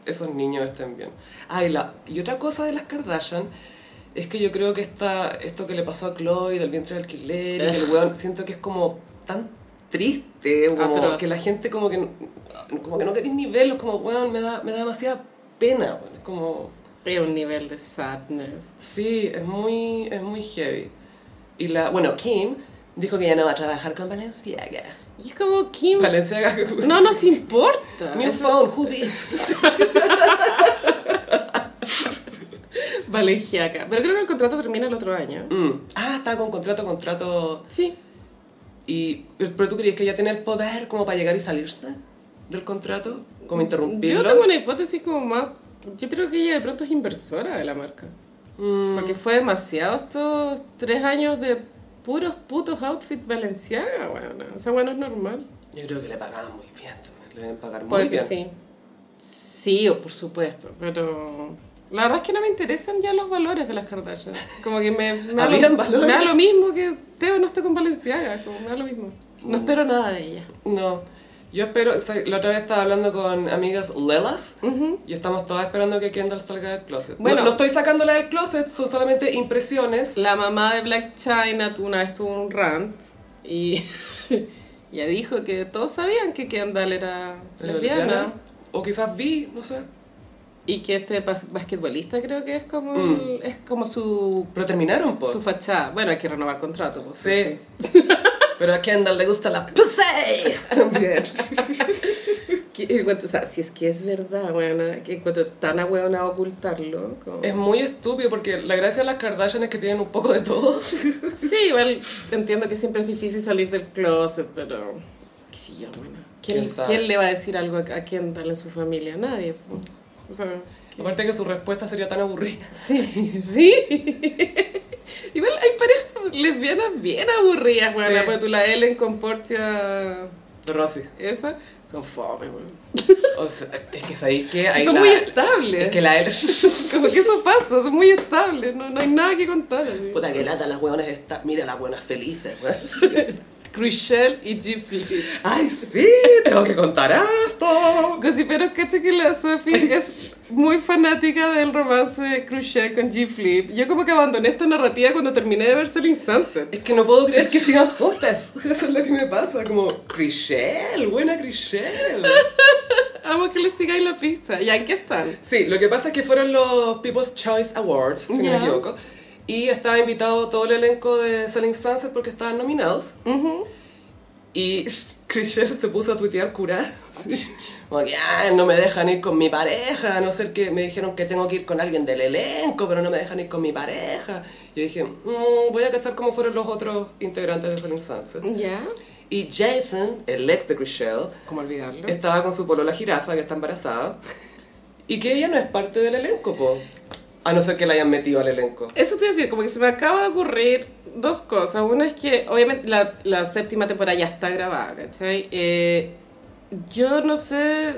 que esos niños estén bien. Ah, y, la, y otra cosa de las Kardashian es que yo creo que esta, esto que le pasó a Chloe del vientre de alquiler y que
Eh.
el weón, siento que es como tan triste, como
Atroz.
que la gente como que, como que no queréis ni verlos, como weón, me da, me da demasiada pena, weón. Es como,
Es un nivel de sadness.
sí, es muy, es muy heavy. Y la, bueno, Kim dijo que ya no va a trabajar con Valenciaga.
Y es como, Kim,
Valenciaga.
no nos importa.
New phone, who this?
Valenciaga. Pero creo que el contrato termina el otro año.
Mm. Ah, estaba con contrato, contrato.
Sí.
Y, pero tú creías que ella tenía el poder como para llegar y salirse del contrato, como interrumpirlo.
Yo tengo una hipótesis como más... Yo creo que ella de pronto es inversora de la marca.
Mm.
Porque fue demasiado estos tres años de puros putos outfits valenciaga, bueno. O sea, bueno, es normal.
Yo creo que le pagaban muy bien, también, le deben pagar muy
Puede que
bien.
sí. Sí, o por supuesto, pero... La verdad es que no me interesan ya los valores de las Kardashian. Como que me, me, da,
Habían
lo,
valores.
me da lo mismo que Teo no esté con Valenciaga, como me da lo mismo. No
Mm.
espero nada de ella.
No, yo espero, o sea, la otra vez estaba hablando con amigas lelas y estamos todas esperando que Kendall salga del closet. Bueno,
Bueno.
no, estoy sacándola del closet, son solamente impresiones.
La mamá de Black China tú una vez tuvo un rant y ya dijo que todos sabían que Kendall era
Pero
lesbiana
O quizás vi, no sé.
y que este bas- basquetbolista creo que es como,
Mm.
el- es como su,
Pero terminaron, pues.
su fachada. Bueno, hay que renovar contrato. pues,
Sí. Pero a Kendall le gusta la pussy también.
Que encuentro- o sea, si es que es verdad, weona, que encuentro tan a weona ocultarlo. como-
Es muy estúpido porque la gracia de las Kardashian es que tienen un poco de todo.
Sí, igual entiendo que siempre es difícil salir del closet, pero. ¿Qué sé yo, bueno. ¿Quién,
¿Quién sabe?
quién le va a decir algo a, a Kendall en su familia? Nadie. po. O sea, ¿qué-
Aparte que su respuesta sería tan aburrida.
sí, sí. Igual hay parejas lesbianas bien aburridas, weón.
Sí.
Pues tú la Ellen con Portia.
Rosy.
Esa. Son fome, weón.
O sea, es que sabéis que
Que
hay
Son
la-
muy estables.
Es que la L...
Como que eso pasa, son muy estables. No, no hay nada que contar. así.
Puta que lata las hueonas estas. Mira las hueonas felices, weón.
Chrishell y Gifly.
¡Ay, sí! Tengo que contar esto.
Gossiperos, cacha que la Sophie es muy fanática del romance de Crucial con G-Flip. Yo como que abandoné esta narrativa cuando terminé de ver Selling Sunset.
Es que no puedo creer que sigan juntas. Eso es lo que me pasa. Como, Crishel, buena Crishel.
Amo que les sigáis la pista. ¿Y en qué están?
Sí, lo que pasa es que fueron los People's Choice Awards, si no
Ya.
me equivoco. Y estaba invitado todo el elenco de Selling Sunset porque estaban nominados. Y Chris Shell se puso a tuitear curada. Como que, "Ah, no me dejan ir con mi pareja, a no ser que me dijeron que tengo que ir con alguien del elenco, pero no me dejan ir con mi pareja. Y yo dije, "Mm, voy a cachar cómo fueron los otros integrantes de Selling Sunset.
¿Ya?
Y Jason, el ex de Chris Shell,
¿Cómo olvidarlo?
estaba con su polola jirafa, que está embarazada, y que ella no es parte del elenco, po. A no ser que la hayan metido al elenco.
Eso te iba a decir, como que se me acaba de ocurrir dos cosas. Una es que, obviamente, la, la séptima temporada ya está grabada, ¿cachai? Eh, yo no sé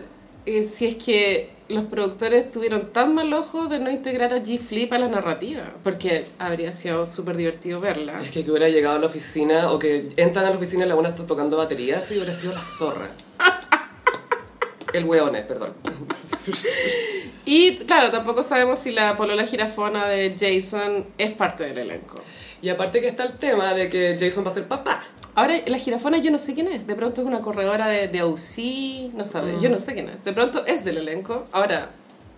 eh, si es que los productores tuvieron tan mal ojo de no integrar a G-Flip a la narrativa, porque habría sido súper divertido verla.
Es que que hubiera llegado a la oficina, o que entran a la oficina y la buena está tocando batería, y hubiera sido la zorra. El hueones, perdón.
Y, claro, tampoco sabemos si la polola girafona de Jason es parte del elenco.
Y aparte que está el tema de que Jason va a ser papá.
Ahora, la girafona yo no sé quién es. De pronto es una corredora de, de AUC, no sabe, yo no sé quién es. De pronto es del elenco. Ahora,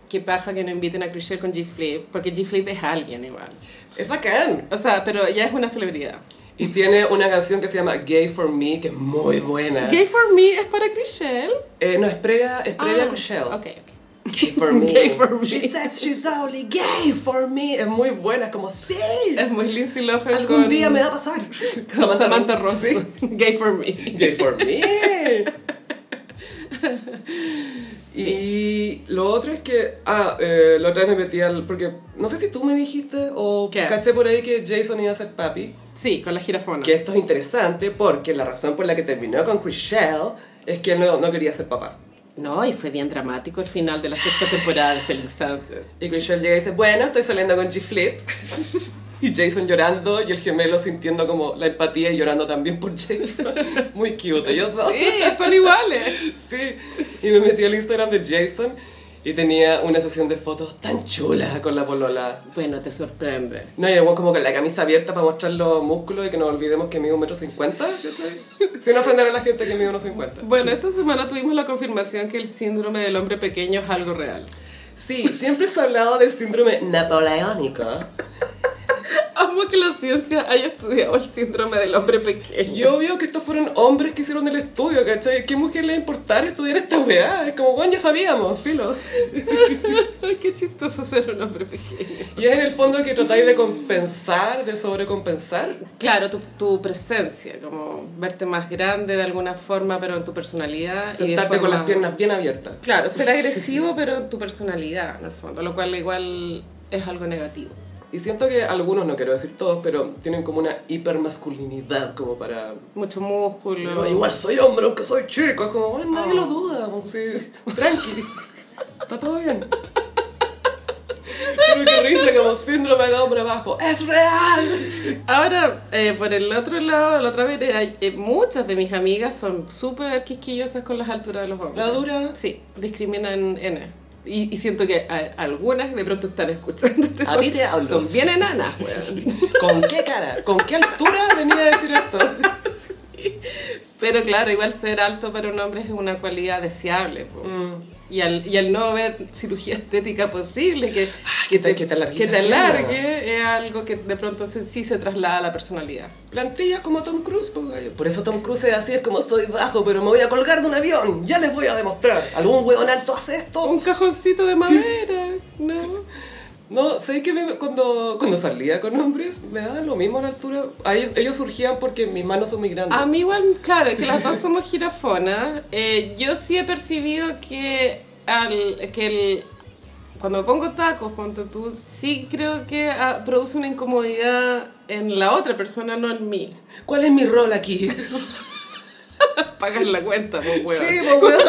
qué paja que no inviten a Chrishell con G-Flip, porque G-Flip es alguien igual.
Es bacán.
O sea, pero ya es una celebridad.
Y tiene una canción que se llama Gay for Me, que es muy buena.
Gay for me es para Chrishell.
Eh, no, es previa, es previa a Michelle.
Ah, Ok, ok.
Gay for me.
Gay for me.
She says she's only gay for me. Es muy buena, es como, sí.
Es muy Lindsay Lohan
Algún
con,
día me va a pasar.
con Samantha, Ross.
Sí.
Gay for me.
Gay for me. Y lo otro es que, ah, eh, la otra vez me metí al, porque no sé si tú me dijiste o
¿Qué?
caché por ahí que Jason iba a ser papi,
Sí, con la girafona.
que esto es interesante porque la razón por la que terminó con Chriselle es que él no, no quería ser papá.
No, y fue bien dramático el final de la sexta temporada de Selling Sunset.
Y Chriselle llega y dice, bueno, estoy saliendo con G-Flip. Y Jason llorando y el gemelo sintiendo como la empatía y llorando también por Jason. Muy cute, yo soy.
Sí, son iguales.
Sí, y me metí al Instagram de Jason y tenía una sesión de fotos tan chula con la polola.
Bueno, te sorprende.
No, y el weón como con la camisa abierta para mostrar los músculos y que nos olvidemos que mide un metro cincuenta. ¿cachai? Sin ofender a la gente que mide unos cincuenta.
Bueno, esta semana tuvimos la confirmación que el síndrome del hombre pequeño es algo real.
Sí, siempre se ha hablado del síndrome napoleónico.
Amo que la ciencia haya estudiado el síndrome del hombre pequeño.
Y obvio que estos fueron hombres que hicieron el estudio, ¿cachai? ¿Qué mujer le va a importar estudiar esta weá? Es como, bueno, ya sabíamos, filo.
Ay, qué chistoso ser un hombre pequeño.
Y es en el fondo que tratáis de compensar, de sobrecompensar.
Claro, tu, tu presencia, como verte más grande de alguna forma, pero en tu personalidad. y de
Sentarte con
forma-
las piernas bien abiertas.
Claro, ser agresivo, pero en tu personalidad, en el fondo, lo cual igual es algo negativo.
Y siento que algunos, no quiero decir todos, pero tienen como una hipermasculinidad como para...
Mucho músculo.
"No, igual soy hombre, aunque soy chico. Es como, bueno, nadie lo duda. como si- tranqui. Está todo bien. Pero que risa como síndrome de hombre abajo. ¡Es real!
Ahora, eh, por el otro lado, la otra vez, eh, muchas de mis amigas son súper quisquillosas con las alturas de los hombres.
La dura.
Sí, discriminan N. Y, y siento que a- algunas de pronto están escuchando. este
A ti te hablo.
Son bien enanas, weón.
¿Con qué cara? ¿Con qué altura venía a decir esto? Mm.
Pero claro, igual ser alto para un hombre es una cualidad deseable. po. Y al, y al no ver cirugía estética posible, que,
que te- que te alargue
que
la
te
mierda.
alargue, es algo que de pronto se- sí se traslada a la personalidad.
Plantillas como Tom Cruise, po, gallo. Por eso Tom Cruise es así, es como soy bajo, pero me voy a colgar de un avión. Ya les voy a demostrar. ¿Algún hueón alto hace esto?
Un cajoncito de madera, ¿no?
No, ¿sabéis que me- cuando, cuando salía con hombres me daba lo mismo a la altura? A ellos, ellos surgían porque mis manos son muy grandes.
A mí igual, claro, que las dos somos girafonas. Eh, yo sí he percibido que, al, que el, cuando me pongo tacos, ponte tú, sí creo que ah, produce una incomodidad en la otra persona, no en mí.
¿Cuál es mi rol aquí?
Pagas la cuenta, pues, weón.
Sí, po, weón.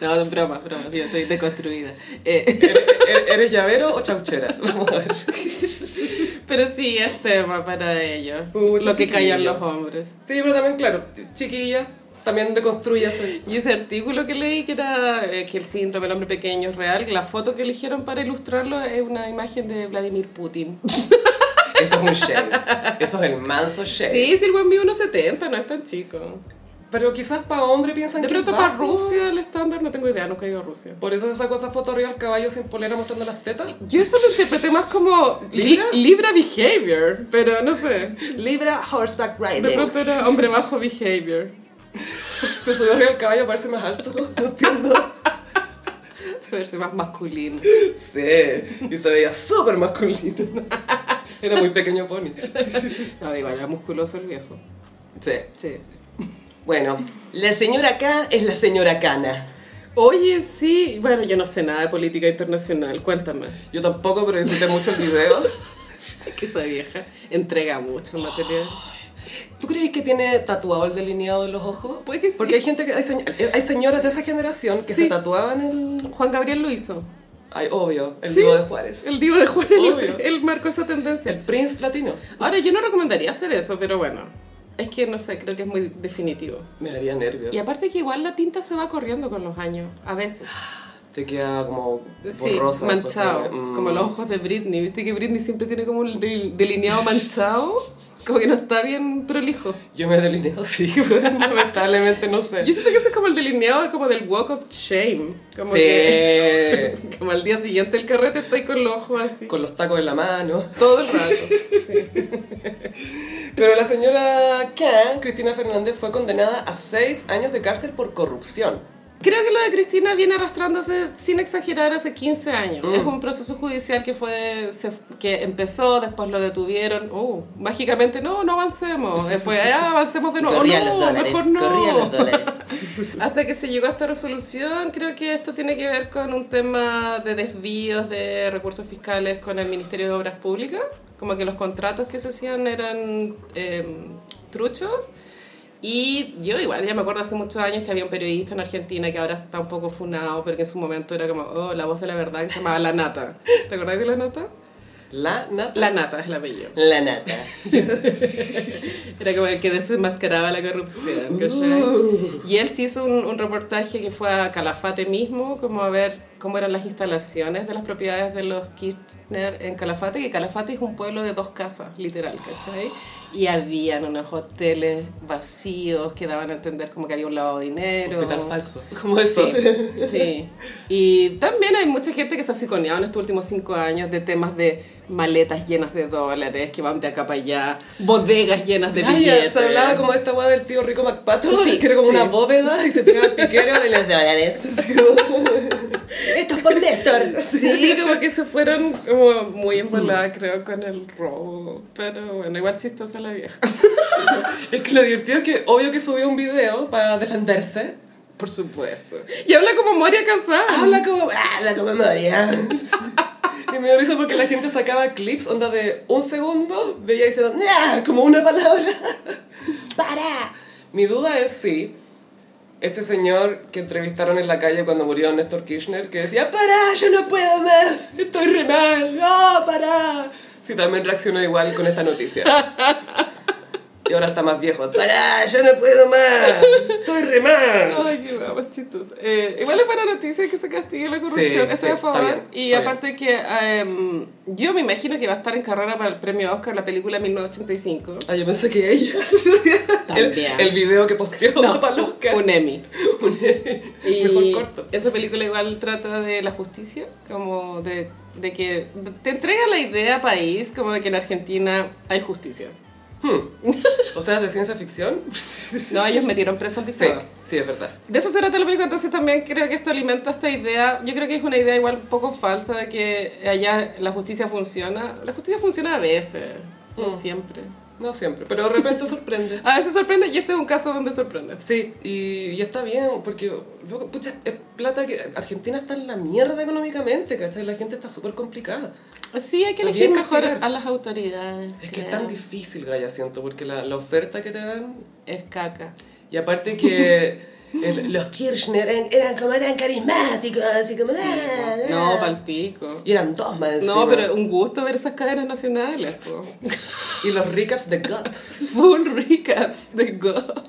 No, es broma, broma, yo estoy deconstruida. Eh,
¿Eres, ¿Er, eres llavero o chauchera? Vamos a ver.
pero sí, es tema para ellos.
Pucha,
Lo que callan
chiquillo.
los hombres.
Sí, pero también, claro, chiquillas, también deconstruyase.
Y ese artículo que leí que era eh, que el síndrome del hombre pequeño es real, que la foto que eligieron para ilustrarlo es una imagen de Vladimir Putin.
Eso es un shade. Eso es el manso shade.
Sí, si el buen vive 1,70, no es tan chico.
Pero quizás para hombre piensan
De
que
pronto
es
para
bajo.
Rusia el estándar, no tengo idea, nunca he ido a Rusia.
Por eso se sacó esa foto arriba del caballo sin polera mostrando las tetas.
Yo eso lo interpreté más como li-
¿Libra?
Libra behavior, pero no sé.
Libra horseback
De pronto era hombre bajo behavior.
Se subió arriba del caballo para verse más alto. No entiendo.
A verse más masculino.
sí. Y se veía súper masculino. Era muy pequeño pony.
No, igual era musculoso el viejo.
Sí.
Sí.
Bueno, la señora K es la señora Cana.
Oye, sí, bueno, yo no sé nada de política internacional, cuéntame.
Yo tampoco, pero disfruté mucho el video.
Es que esa vieja entrega mucho material.
¿Tú crees que tiene tatuado el delineado de los ojos?
Puede que sí.
Porque hay gente que. Hay, señ- hay señoras de esa generación que
Sí.
se tatuaban el.
Juan Gabriel lo hizo.
Ay, obvio, el
Sí,
dúo de Juárez.
El Divo de Juárez,
Obvio.
él- él marcó esa tendencia.
El Prince Latino.
Ahora, yo no recomendaría hacer eso, pero bueno. Es que, no sé, creo que es muy definitivo.
Me daría nervios.
Y aparte que igual la tinta se va corriendo con los años, a veces.
Te queda como
Sí,
Ah, borroso.
manchado.
después, ¿no? Mm.
Como los ojos de Britney. ¿Viste que Britney siempre tiene como el del- delineado manchado? Como que no está bien prolijo.
Yo me delineo así, lamentablemente no sé.
Yo siento que eso es como el delineado como del walk of shame. Como
Sí,
que como al día siguiente el carrete está ahí con los ojos así.
con los tacos en la mano.
Todo el rato.
Pero la señora K, Cristina Fernández, fue condenada a seis años de cárcel por corrupción.
Creo que lo de Cristina viene arrastrándose, sin exagerar, hace 15 años.
Mm.
Es un proceso judicial que fue se- que empezó, después lo detuvieron. Uh, mágicamente, no, no avancemos. Después, ah, avancemos de nuevo.
Corría
no,
los dólares,
mejor no.
corría los dólares.
Hasta que se llegó a esta resolución, creo que esto tiene que ver con un tema de desvíos de recursos fiscales con el Ministerio de Obras Públicas, como que los contratos que se hacían eran eh, truchos. Y yo igual, ya me acuerdo hace muchos años que había un periodista en Argentina que ahora está un poco funado, pero que en su momento era como, oh, la voz de la verdad, que se llamaba La Nata. ¿Te acordás de La Nata?
La nata.
La Nata es el apellido.
La nata.
Era como el que desenmascaraba la
Uh.
corrupción. ¿cachai? Y él sí hizo un, un reportaje que fue a Calafate mismo, como a ver cómo eran las instalaciones de las propiedades de los Kirchner en Calafate, que Calafate es un pueblo de dos casas, literal, ¿cachai? Y habían unos hoteles vacíos que daban a entender como que había un lavado de dinero.
Hospital falso. Como eso.
Sí, sí. Y también hay mucha gente que se ha psiconeado en estos últimos cinco años de temas de maletas llenas de dólares que van de acá para allá, bodegas llenas de
Ay,
billetes.
se hablaba como de esta weá del tío rico McPato,
Sí,
que era como
sí.
una bóveda y se tiraba el piquero de los dólares. Así como- esto es por Néstor.
Sí, como que se fueron como muy
Mm.
emboladas, creo, con el robo. Pero bueno, igual chistosa la vieja.
Es que lo divertido es que obvio que subió un video para defenderse.
Por supuesto. Y habla como Moria Casar.
Habla como, habla como María. Y me dio risa porque la gente sacaba clips, onda de un segundo, de ella diciendo, "Nah", como una palabra. ¡Para! Mi duda es si ese señor que entrevistaron en la calle cuando murió Néstor Kirchner, que decía, ¡Para! ¡Yo no puedo más! ¡Estoy re mal! ¡No! ¡Para! Si también reaccionó igual con esta noticia. Y ahora está más viejo. ¡Para! ¡Yo Ah, no puedo más! ¡Estoy re ¡Ríete más!
Ay, qué guapa, más chistosa. Eh, igual es buena noticia que se castigue la corrupción.
Sí,
Eso
sí,
es a favor.
está bien,
y
está
aparte que em, yo me imagino que va a estar en carrera para el premio Oscar la película 1985.
Ah, yo pensé que ella. el,
También.
el video que posteó
No,
para los Oscar.
Un Emmy. Y
Mejor corto.
Esa película igual trata de la justicia, como de, de que te entrega la idea país, como de que en Argentina hay justicia.
O sea, de ciencia ficción.
No, ellos metieron preso al
Sí,
dictador.
sí, es verdad.
De eso se trata la película, entonces también creo que esto alimenta esta idea, yo creo que es una idea igual un poco falsa de que allá la justicia funciona. La justicia funciona a veces, no
Mm.
siempre.
No siempre, pero de repente sorprende.
A veces sorprende y este es un caso donde sorprende.
Sí, y, y está bien, porque loco, pucha, es plata que Argentina está en la mierda económicamente, ¿cachai? La gente está súper complicada.
Sí, hay que
Está bien
elegir mejor
castigar.
a las autoridades.
Es que es
creo.
tan difícil, Gaya, siento, porque la, la oferta que te dan
Es caca.
Y aparte que el- los Kirchner eran, eran como eran carismáticos, así como... "Ah, ah".
No, palpico.
Y eran dos más
No,
encima.
pero un gusto ver esas cadenas nacionales. po.
Y los recaps de God.
Full recaps de God.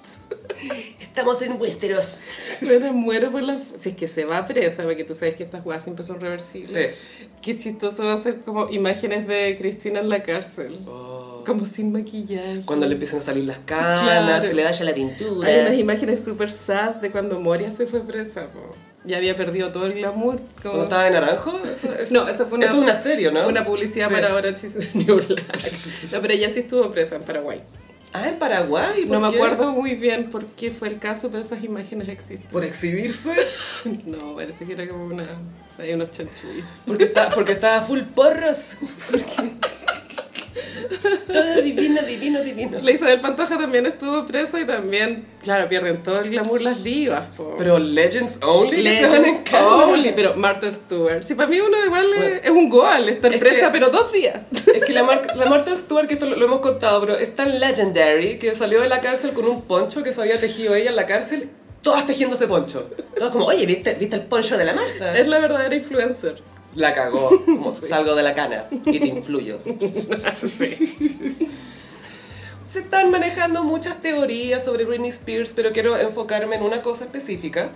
Estamos en Westeros.
Bueno, muero por la... Si es que se va presa, porque tú sabes que estas weas siempre son reversibles. Qué chistoso va a ser como imágenes de Cristina en la cárcel. Como sin maquillaje.
Oh. Cuando le Eh. empiezan a salir las canas,
Claro.
se le vaya la tintura.
Hay unas imágenes súper sad de cuando Moria se fue presa. po. Ya había perdido todo el glamour. como-
Cuando estaba de naranjo. Eso, eso-
No, eso fue una,
eso es una serie, ¿no?
fue una publicidad
Sí.
para ahora Chis- New Black. No, pero ella sí estuvo presa en Paraguay.
Ah, en Paraguay. ¿por
No me
qué?
acuerdo muy bien por qué fue el caso, pero esas imágenes existen.
Por exhibirse.
No, parece que era como una... Hay unos chanchullos.
Porque, está, porque estaba full porros. Todo divino, divino, divino.
La Isabel Pantoja también estuvo presa y también, claro, pierden todo el glamour las divas, po.
Pero Legends Only. que se van en
Legends
cana.
only, pero Martha Stewart. Si para mí uno igual es- es un goal estar
es
presa,
que-
pero dos días.
Es que la, Mar- la Martha Stewart, que esto lo, lo hemos contado, pero es tan legendary que salió de la cárcel con un poncho que se había tejido ella en la cárcel, todas tejiéndose poncho. Todas como, oye, ¿viste, viste el poncho de la Martha?
Es la verdadera influencer.
La cagó. Como, salgo de la cana y te influyo. Se están manejando muchas teorías sobre Britney Spears, pero quiero enfocarme en una cosa específica.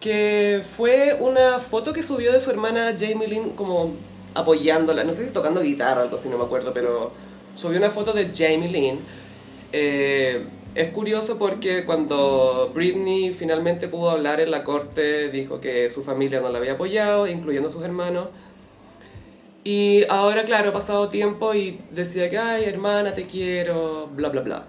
Que fue una foto que subió de su hermana Jamie Lynn como apoyándola, no sé si tocando guitarra o algo así, no me acuerdo, pero subió una foto de Jamie Lynn. Eh, es curioso porque cuando Britney finalmente pudo hablar en la corte, dijo que su familia no la había apoyado, incluyendo sus hermanos. Y ahora, claro, ha pasado tiempo y decía que, ay, hermana, te quiero, bla, bla, bla.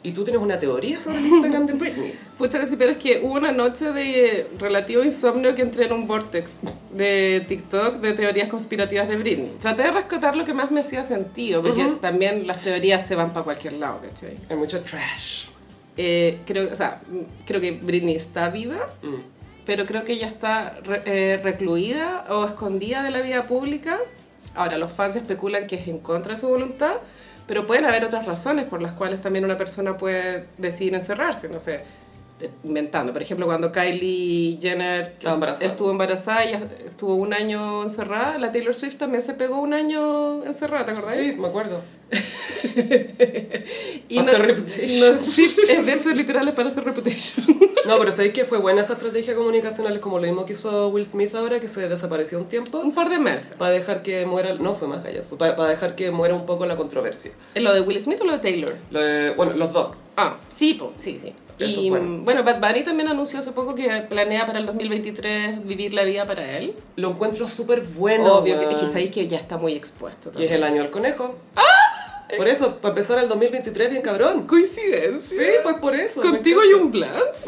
Y tú tienes una teoría sobre el Instagram de Britney.
Pucha que sí, pero es que hubo una noche de eh, relativo insomnio que entré en un vortex de TikTok de teorías conspirativas de Britney. Traté de rescatar lo que más me hacía sentido, porque también las teorías se van para cualquier lado, ¿cachai?
Hay mucho trash.
Eh, creo, o sea, mm, creo que Britney está viva,
Mm.
pero creo que ella está re- eh, recluida o escondida de la vida pública. Ahora, los fans especulan que es en contra de su voluntad, pero pueden haber otras razones por las cuales también una persona puede decidir encerrarse, no sé, eh, inventando. Por ejemplo, cuando Kylie Jenner
Estaba embarazada.
estuvo embarazada y estuvo un año encerrada, la Taylor Swift también se pegó un año encerrada, ¿te acordás?
Sí, me acuerdo.
Y
Para
no-
hacer Reputation.
no- sí, es de esos literales para hacer reputation.
No, pero ¿sabéis que fue buena esa estrategia comunicacional? Es como lo mismo que hizo Will Smith ahora, que se desapareció un tiempo.
Un par de meses.
Para dejar que muera... No, fue más allá. Fue para, dejar que muera un poco la controversia.
¿Lo de Will Smith o lo de Taylor?
Lo de- bueno, los dos.
Ah, sí, po, sí, sí.
Eso
Y
fue.
mm, bueno, Bad Bunny también anunció hace poco que planea para el 2023 vivir la vida para él.
Lo encuentro súper bueno.
Obvio, que,
weón.
es que sabéis que ya está ¡Ah! muy
Y
expuesto.
es
también.
el año del conejo. Por eso, para empezar el 2023 bien cabrón.
Coincidencia.
Sí, pues por eso. me
Contigo y un blast.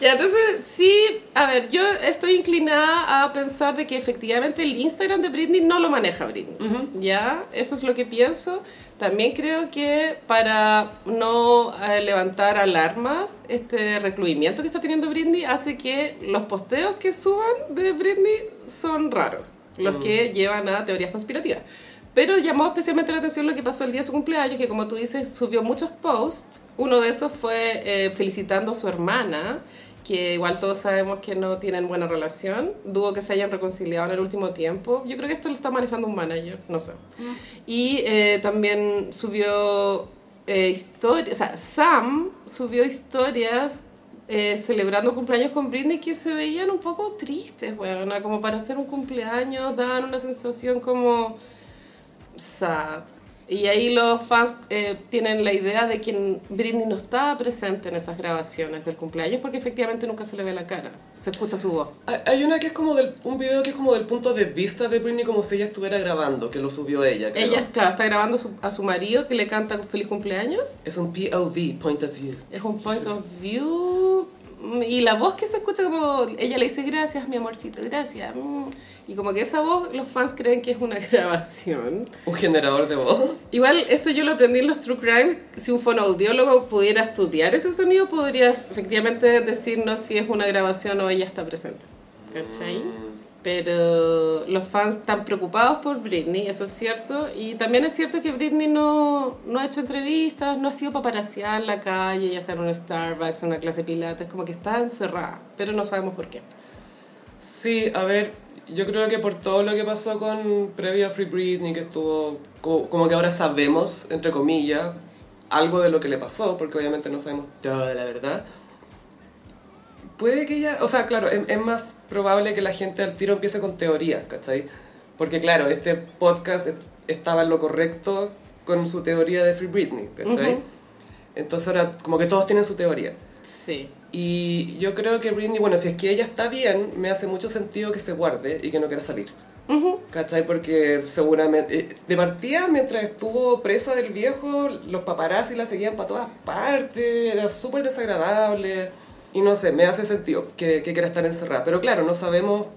Ya, entonces, sí, a ver, yo estoy inclinada a pensar de que efectivamente el Instagram de Britney no lo maneja Britney. Ya, eso es lo que pienso. También creo que para no eh, levantar alarmas, este recluimiento que está teniendo Britney hace que los posteos que suban de Britney son raros, los que llevan a teorías conspirativas. Pero llamó especialmente la atención lo que pasó el día de su cumpleaños, que como tú dices, subió muchos posts. Uno de esos fue eh, felicitando a su hermana, que igual todos sabemos que no tienen buena relación. Dudo que se hayan reconciliado en el último tiempo. Yo creo que esto lo está manejando un manager, no sé. Y eh, también subió eh, historias, o sea, Sam subió historias eh, celebrando cumpleaños con Britney que se veían un poco tristes, weón, como para hacer un cumpleaños, daban una sensación como sad. Y ahí los fans eh, tienen la idea de que Britney no estaba presente en esas grabaciones del cumpleaños porque efectivamente nunca se le ve la cara, se escucha su voz.
Hay- Hay una que es como del, un video que es como del punto de vista de Britney como si ella estuviera grabando, que lo subió ella, creo.
Ella, claro, está grabando a su, a su marido que le canta feliz cumpleaños.
Es un POV, point of view.
Es un point of view. mm, Y la voz que se escucha como... Ella le dice, gracias, mi amorcito, gracias. mm". Y como que esa voz, los fans creen que es una grabación.
Un generador de voz.
Igual, esto yo lo aprendí en los True Crime. Si un fonoaudiólogo pudiera estudiar ese sonido, podría efectivamente decirnos si es una grabación o ella está presente. ¿Cachai? Pero los fans están preocupados por Britney, eso es cierto. Y también es cierto que Britney no, no ha hecho entrevistas, no ha sido paparaseada en la calle, ya sea en un Starbucks, en una clase de pilates, como que está encerrada, pero no sabemos por qué.
Sí, a ver, yo creo que por todo lo que pasó con previa Free Britney, que estuvo como, como que ahora sabemos, entre comillas, algo de lo que le pasó, porque obviamente no sabemos toda la verdad. Puede que ella, o sea, claro, es, es más probable que la gente al tiro empiece con teorías, ¿cachai? Porque claro, este podcast est- estaba en lo correcto con su teoría de Free Britney, ¿cachai?
Ujú.
Entonces ahora como que todos tienen su teoría.
Sí.
Y yo creo que Britney, bueno, si es que ella está bien, me hace mucho sentido que se guarde y que no quiera salir. ¿Cachai? Porque seguramente, eh, de partida, mientras estuvo presa del viejo, los paparazzi la seguían para todas partes, era súper desagradable. Y no sé, me hace sentido que, que quiera estar encerrada. Pero claro, no sabemos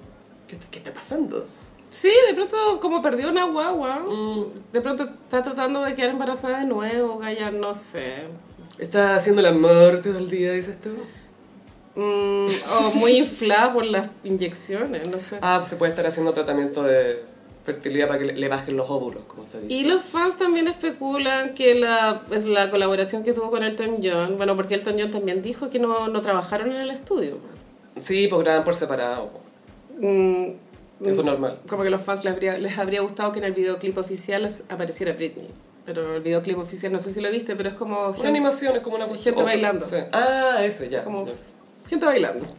qué, está- qué está pasando.
Sí, de pronto como perdió una guagua,
Mm.
de pronto está tratando de quedar embarazada de nuevo, Gaya, no sé.
Está haciendo la muerte del día, dices tú.
Mm, o muy inflada por las inyecciones, no sé.
Ah, se puede estar haciendo tratamiento de fertilidad para que le, le bajen los óvulos, como se dice.
Y los fans también especulan que la, es la colaboración que tuvo con Elton John, bueno, porque Elton John también dijo que no, no trabajaron en el estudio.
Sí, pues graban por separado.
Mm,
Eso es normal.
como que los fans les habría, les habría gustado que en el videoclip oficial as- apareciera Britney. Pero el videoclip oficial, no sé si lo viste, pero es como
Una
gente,
animación es como una cuestión. Oh,
gente bailando.
Sí. Ah, ese, ya.
como
ya.
gente bailando.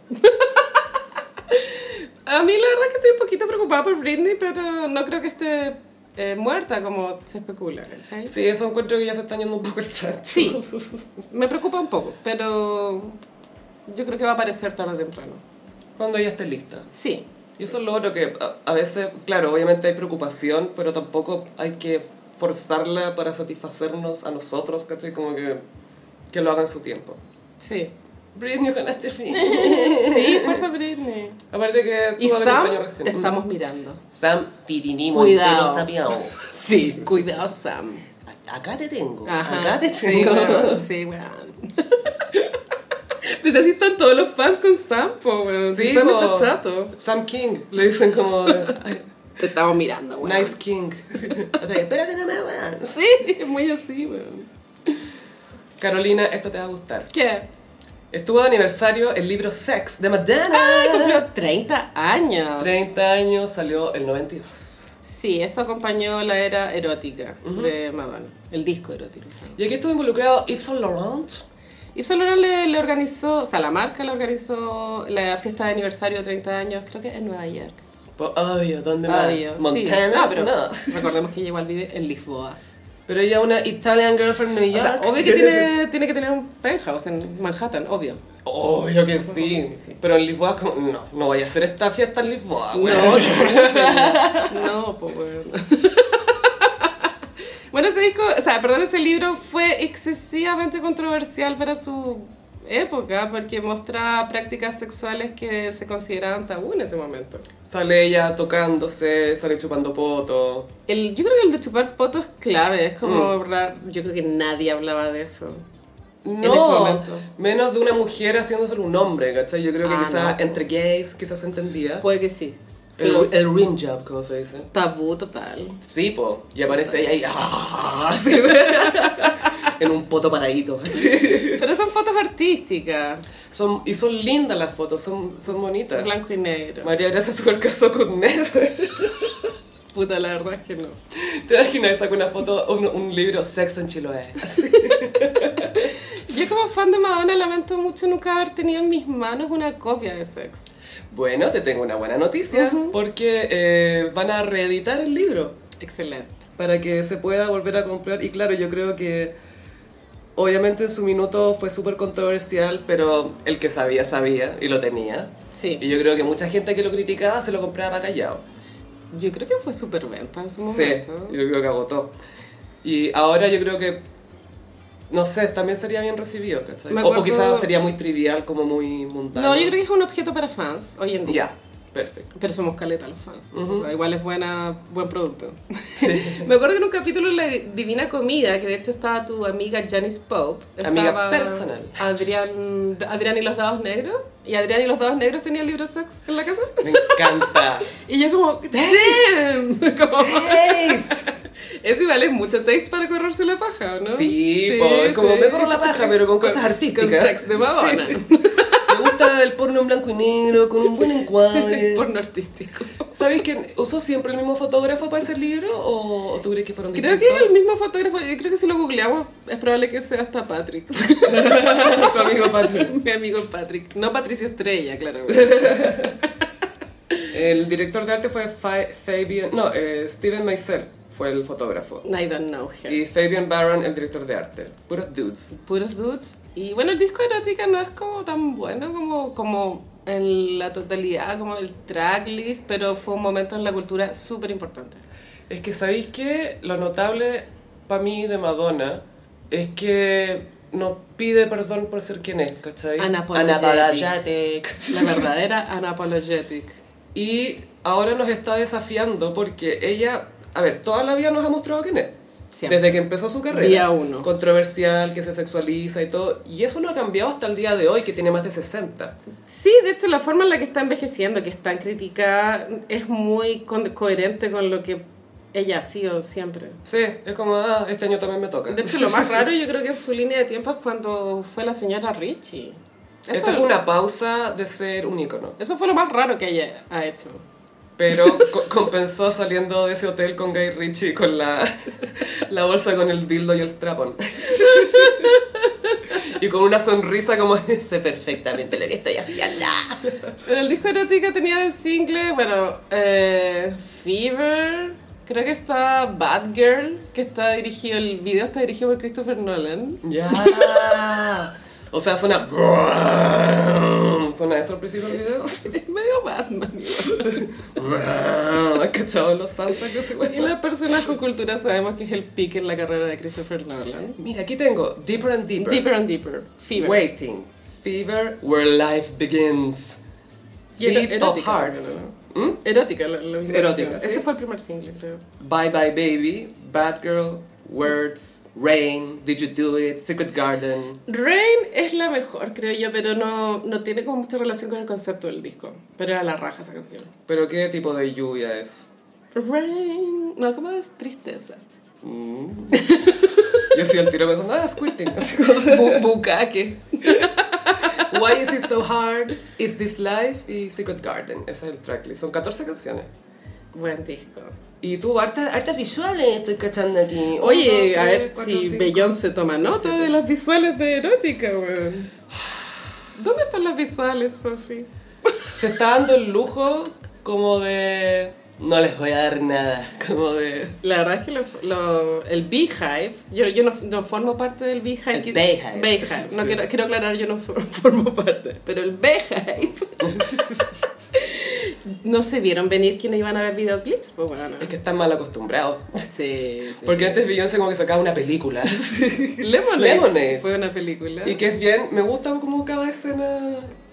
A mí la verdad es que estoy un poquito preocupada por Britney, pero no creo que esté eh, muerta como se especula. ¿cachai?
Sí, eso encuentro que ya se está yendo un poco el chancho.
Sí, me preocupa un poco, pero yo creo que va a aparecer tarde o temprano.
Cuando ella esté lista.
Sí,
Y eso es lo otro que a, a veces, claro, obviamente hay preocupación, pero tampoco hay que forzarla para satisfacernos a nosotros, ¿cachai? Como que, que lo hagan su tiempo.
sí.
Britney, ojalá esté bien.
Sí, fuerza Britney.
Aparte que tú
Y
vas a ver
Sam,
el baño recién.
estamos mirando.
Sam, tirinimo
Cuidado.
entero sapiao.
Sí, cuidado Sam.
Acá te tengo.
Ajá.
Acá te
Sí,
tengo.
weón. Sí, weón. Pues así están todos los fans con Sam, po, weón.
Sí,
Sam
po.
está chato.
Sam King. Le dicen como... "Ay,
Te estamos mirando, weón.
Nice King. O sea, Espérate no me van.
Sí, muy así, weón.
Carolina, esto te va a gustar.
¿Qué?
Estuvo de aniversario el libro Sex de Madonna.
Ay, cumplió 30 años.
30 años, salió el 92.
Sí, esto acompañó la era erótica de Madonna, el disco erótico.
Y aquí estuvo involucrado Yves Saint Laurent.
Y Saint Laurent le, le organizó, o sea, la marca le organizó la fiesta de aniversario de 30 años, creo que en Nueva York.
Pues, obvio, ¿dónde más?
Obvio, sí.
Montana.
Ah, pero
No.
recordemos que llegó al video en Lisboa.
Pero ella una Italian girl from New York.
O sea, obvio que tiene, tiene que tener un penthouse en Manhattan, obvio.
Obvio que sí.
Sí, sí.
Pero en Lisboa, como, no, no vaya a hacer esta fiesta en Lisboa. güey.
No, pues bueno. Bueno, ese disco, o sea, perdón, ese libro fue excesivamente controversial para su época porque mostraba prácticas sexuales que se consideraban tabú en ese momento.
Sale ella tocándose, sale chupando poto.
El, yo creo que el de chupar poto es clave, es como raro, yo creo que nadie hablaba de eso.
No,
ese momento.
menos de una mujer haciéndoselo un hombre, ¿cachai? Yo creo que
Ah,
quizás
no.
entre gays quizás se entendía.
Puede que sí.
El,
Pero
el rim job, como se dice.
tabú total.
Sí, po. Y aparece ella ahí. ¡ah! así, en un poto paradito.
Pero son fotos artísticas,
Son, y son lindas las fotos, son, son bonitas.
blanco y negro.
María Gracia super casó con Ned.
Puta, la verdad es que no.
Te imaginas, saco una foto, un, un libro, sexo en Chiloé.
Yo como fan de Madonna lamento mucho nunca haber tenido en mis manos una copia de Sex.
Bueno, te tengo una buena noticia, porque eh, van a reeditar el libro
Excelente.
para que se pueda volver a comprar. Y claro, yo creo que obviamente en su minuto fue súper controversial, pero el que sabía, sabía y lo tenía.
Sí.
Y yo creo que mucha gente que lo criticaba se lo compraba para callado.
Yo creo que fue súper venta en su
Sí,
momento.
yo creo que agotó. Y ahora yo creo que, no sé, también sería bien recibido, ¿cachai?
Me
O, o
acuerdo-
quizás sería muy trivial, como muy mundano.
No, yo creo que es un objeto para fans hoy en
Ya,
día.
perfecto.
Pero somos caleta los fans. O sea, igual es buena, buen producto. Me acuerdo que en un capítulo de La Divina Comida, que de hecho estaba tu amiga Janice Pope.
Amiga
estaba
personal.
Adrián, Adrián y los Dados Negros. Y Adrián y los Dados Negros tenía el libro Sex en la casa.
Me encanta.
Y yo como, ¡Damn! Como, eso igual es mucho taste para correrse la paja, ¿no?
Sí, po, es como me corro la paja, pero con cosas artísticas.
Con sex de Madonna.
Me gusta el porno en blanco y negro, con un buen encuadre.
Porno artístico.
¿Sabes que usó siempre el mismo fotógrafo para ese libro o o tú crees que fueron
Creo
distintos?
que es el mismo fotógrafo, yo creo que si lo googleamos es probable que sea hasta Patrick.
tu amigo Patrick.
Mi amigo Patrick. No Patricio Estrella, claro.
El director de arte fue Fa- Fabian, no, eh, Steven Meisel fue el fotógrafo.
I don't know him.
Y Fabian Barron, el director de arte. Puros dudes.
Puros dudes. Y bueno, el disco erótica no es como tan bueno como, como en la totalidad, como el tracklist, pero fue un momento en la cultura súper importante.
Es que, ¿sabéis qué? Lo notable para mí de Madonna es que nos pide perdón por ser quien es, ¿cachai?
Unapologetic.
Unapologetic.
La verdadera Unapologetic.
Y ahora nos está desafiando porque ella, a ver, toda la vida nos ha mostrado quién es.
Siempre.
Desde que empezó su carrera.
Día uno.
Controversial, que se sexualiza y todo. Y eso no ha cambiado hasta el día de hoy, que tiene más de 60.
Sí, de hecho, la forma en la que está envejeciendo, que es tan criticada, es muy con- coherente con lo que ella ha sido siempre.
Sí, es como, ah, este año también me toca.
De hecho, lo más raro yo creo que en su línea de tiempo es cuando fue la señora Richie. Eso,
Esa fue una pausa de ser un ícono.
eso fue lo más raro que ella ha hecho.
Pero co- compensó saliendo de ese hotel con Guy Ritchie con la, la bolsa con el dildo y el strapon. Y con una sonrisa como sé perfectamente lo que estoy haciendo.
En el disco erótica tenía de single, bueno, eh, Fever, creo que está Bad Girl, que está dirigido, el video está dirigido por Christopher Nolan.
Ya. O sea, suena. Suena eso al principio del video.
Es medio Batman. igual.
¿Has cachado los soundtracks de ese güey?
Y las personas con cultura sabemos que es el pique en la carrera de Christopher Nolan.
Mira, aquí tengo Deeper and Deeper.
Deeper and Deeper, Fever.
Waiting. Fever, where life begins.
Y ero-
Thief of
erótica,
Hearts. ¿Mm?
¿no? Erótica, la, la misma
Erótica,
canción.
sí.
Ese fue el primer single, creo.
Bye Bye Baby, Bad Girl, Words, Rain, Did You Do It, Secret Garden.
Rain es la mejor, creo yo, pero no, no tiene como mucha relación con el concepto del disco. Pero era la raja esa canción.
¿Pero qué tipo de lluvia es?
Rain. No, como es tristeza.
Mm. Yo sí al tiro pensando, ah, squirting.
Bu- bucaque.
Why is it so hard? Is this life? Y Secret Garden. Ese es el tracklist. Son 14 canciones.
Buen disco.
Y tú, hartas hartas visuales estoy cachando aquí. Uno,
Oye,
dos,
a
tres,
ver
cuatro,
si
cinco,
Beyoncé toma
seis,
nota
siete.
de los visuales de erótica, weón. ¿Dónde están los visuales, Sophie?
Se está dando el lujo como de... No les voy a dar nada. Como de...
La verdad es que lo- lo- el Beehive, yo, yo no, no formo parte del Beehive.
El
que-
Beehive.
Beehive, no
Sí.
quiero, quiero aclarar, yo no for- formo parte. Pero el Beehive. no se vieron venir quienes iban a ver videoclips, pues bueno.
Es que están mal acostumbrados.
Sí, sí.
Porque antes Beyoncé como que sacaba una película.
Lemonade,
Lemonade.
fue una película.
Y que es bien, me gusta como cada escena,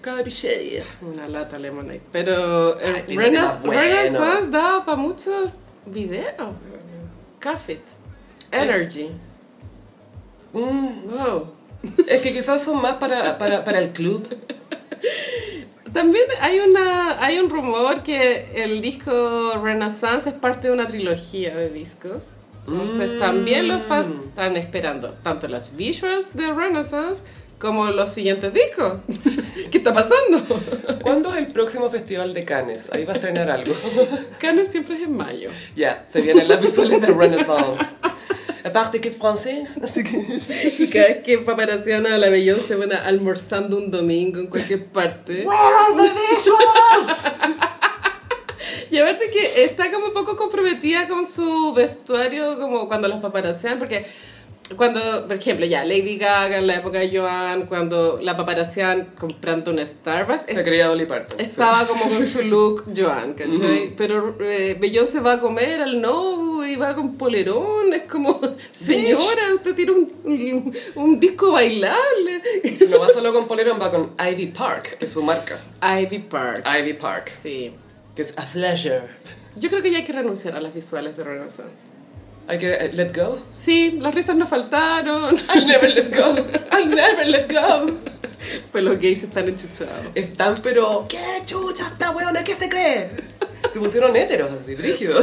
cada episodio.
Una lata Lemonade. Pero
Ay,
eh,
Ah, tiene
Renaissance
temas buenos.
Renaissance daba para muchos videos. weón. Cuff It.
Eh.
Energy. Wow.
Es que quizás son más para, para, para el club.
También hay una hay un rumor que el disco Renaissance es parte de una trilogía de discos. Entonces también los fans están esperando tanto las visuals de Renaissance como los siguientes discos. que está pasando?
¿Cuándo es el próximo festival de Cannes? Ahí va a estrenar algo.
Cannes siempre es en mayo.
Ya, se vienen las visuales de Renaissance. Aparte que es francés, así que...
Y cada vez que paparazzian a la Beyoncé se van a almorzando un domingo en cualquier parte.
Where are the visuals?
Y aparte que está como un poco comprometida con su vestuario, como cuando los paparacean, porque cuando, por ejemplo, ya Lady Gaga en la época de Joan, cuando la paparacean comprando un Starbucks,
Se creía Dolly Parton.
estaba como con su look Joan, ¿cachai? Pero eh, Beyoncé va a comer al no y va con polerón, es como, señora, usted tiene un, un, un disco bailable.
No va solo con Polerón, va con Ivy Park, es su marca.
Ivy Park,
Ivy Park,
sí.
que es a pleasure.
Yo creo que ya hay que renunciar a las visuales de Renaissance.
Hay que eh, let go.
Sí, las risas no faltaron.
I'll never let go. I'll never let go.
Pues los gays están enchuchados.
Están pero... ¿Qué chucha esta weona? ¿Qué se cree? Se pusieron héteros así, brígidos.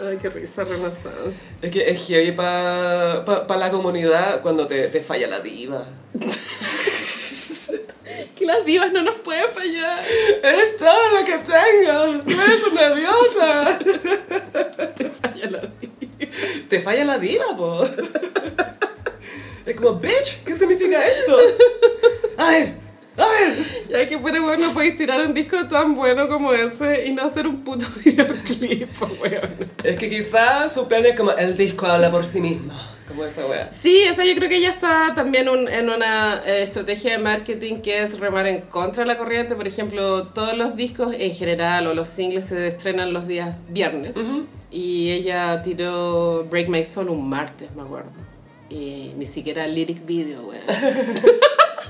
Ay, qué risa, Renaissance.
Es que es heavy para pa, pa la comunidad cuando te, te falla la diva.
Que las divas no nos pueden fallar.
Eres todo lo que tengo. Tú eres una diosa.
Falla la diva.
Te falla la diva, po. Es como, bitch, ¿qué significa esto? A ver, a ver.
Ya que fuera bueno, podéis tirar un disco tan bueno como ese y no hacer un puto videoclip, po, weón.
Es que quizás su plan es como, el disco habla por sí mismo. Como esa wea.
Sí, o sea, yo creo que ella está también un- en una eh, estrategia de marketing que es remar en contra de la corriente. Por ejemplo, todos los discos en general o los singles se estrenan los días viernes. Y ella tiró Break My Soul un martes, me acuerdo. Y ni siquiera lyric video, weón.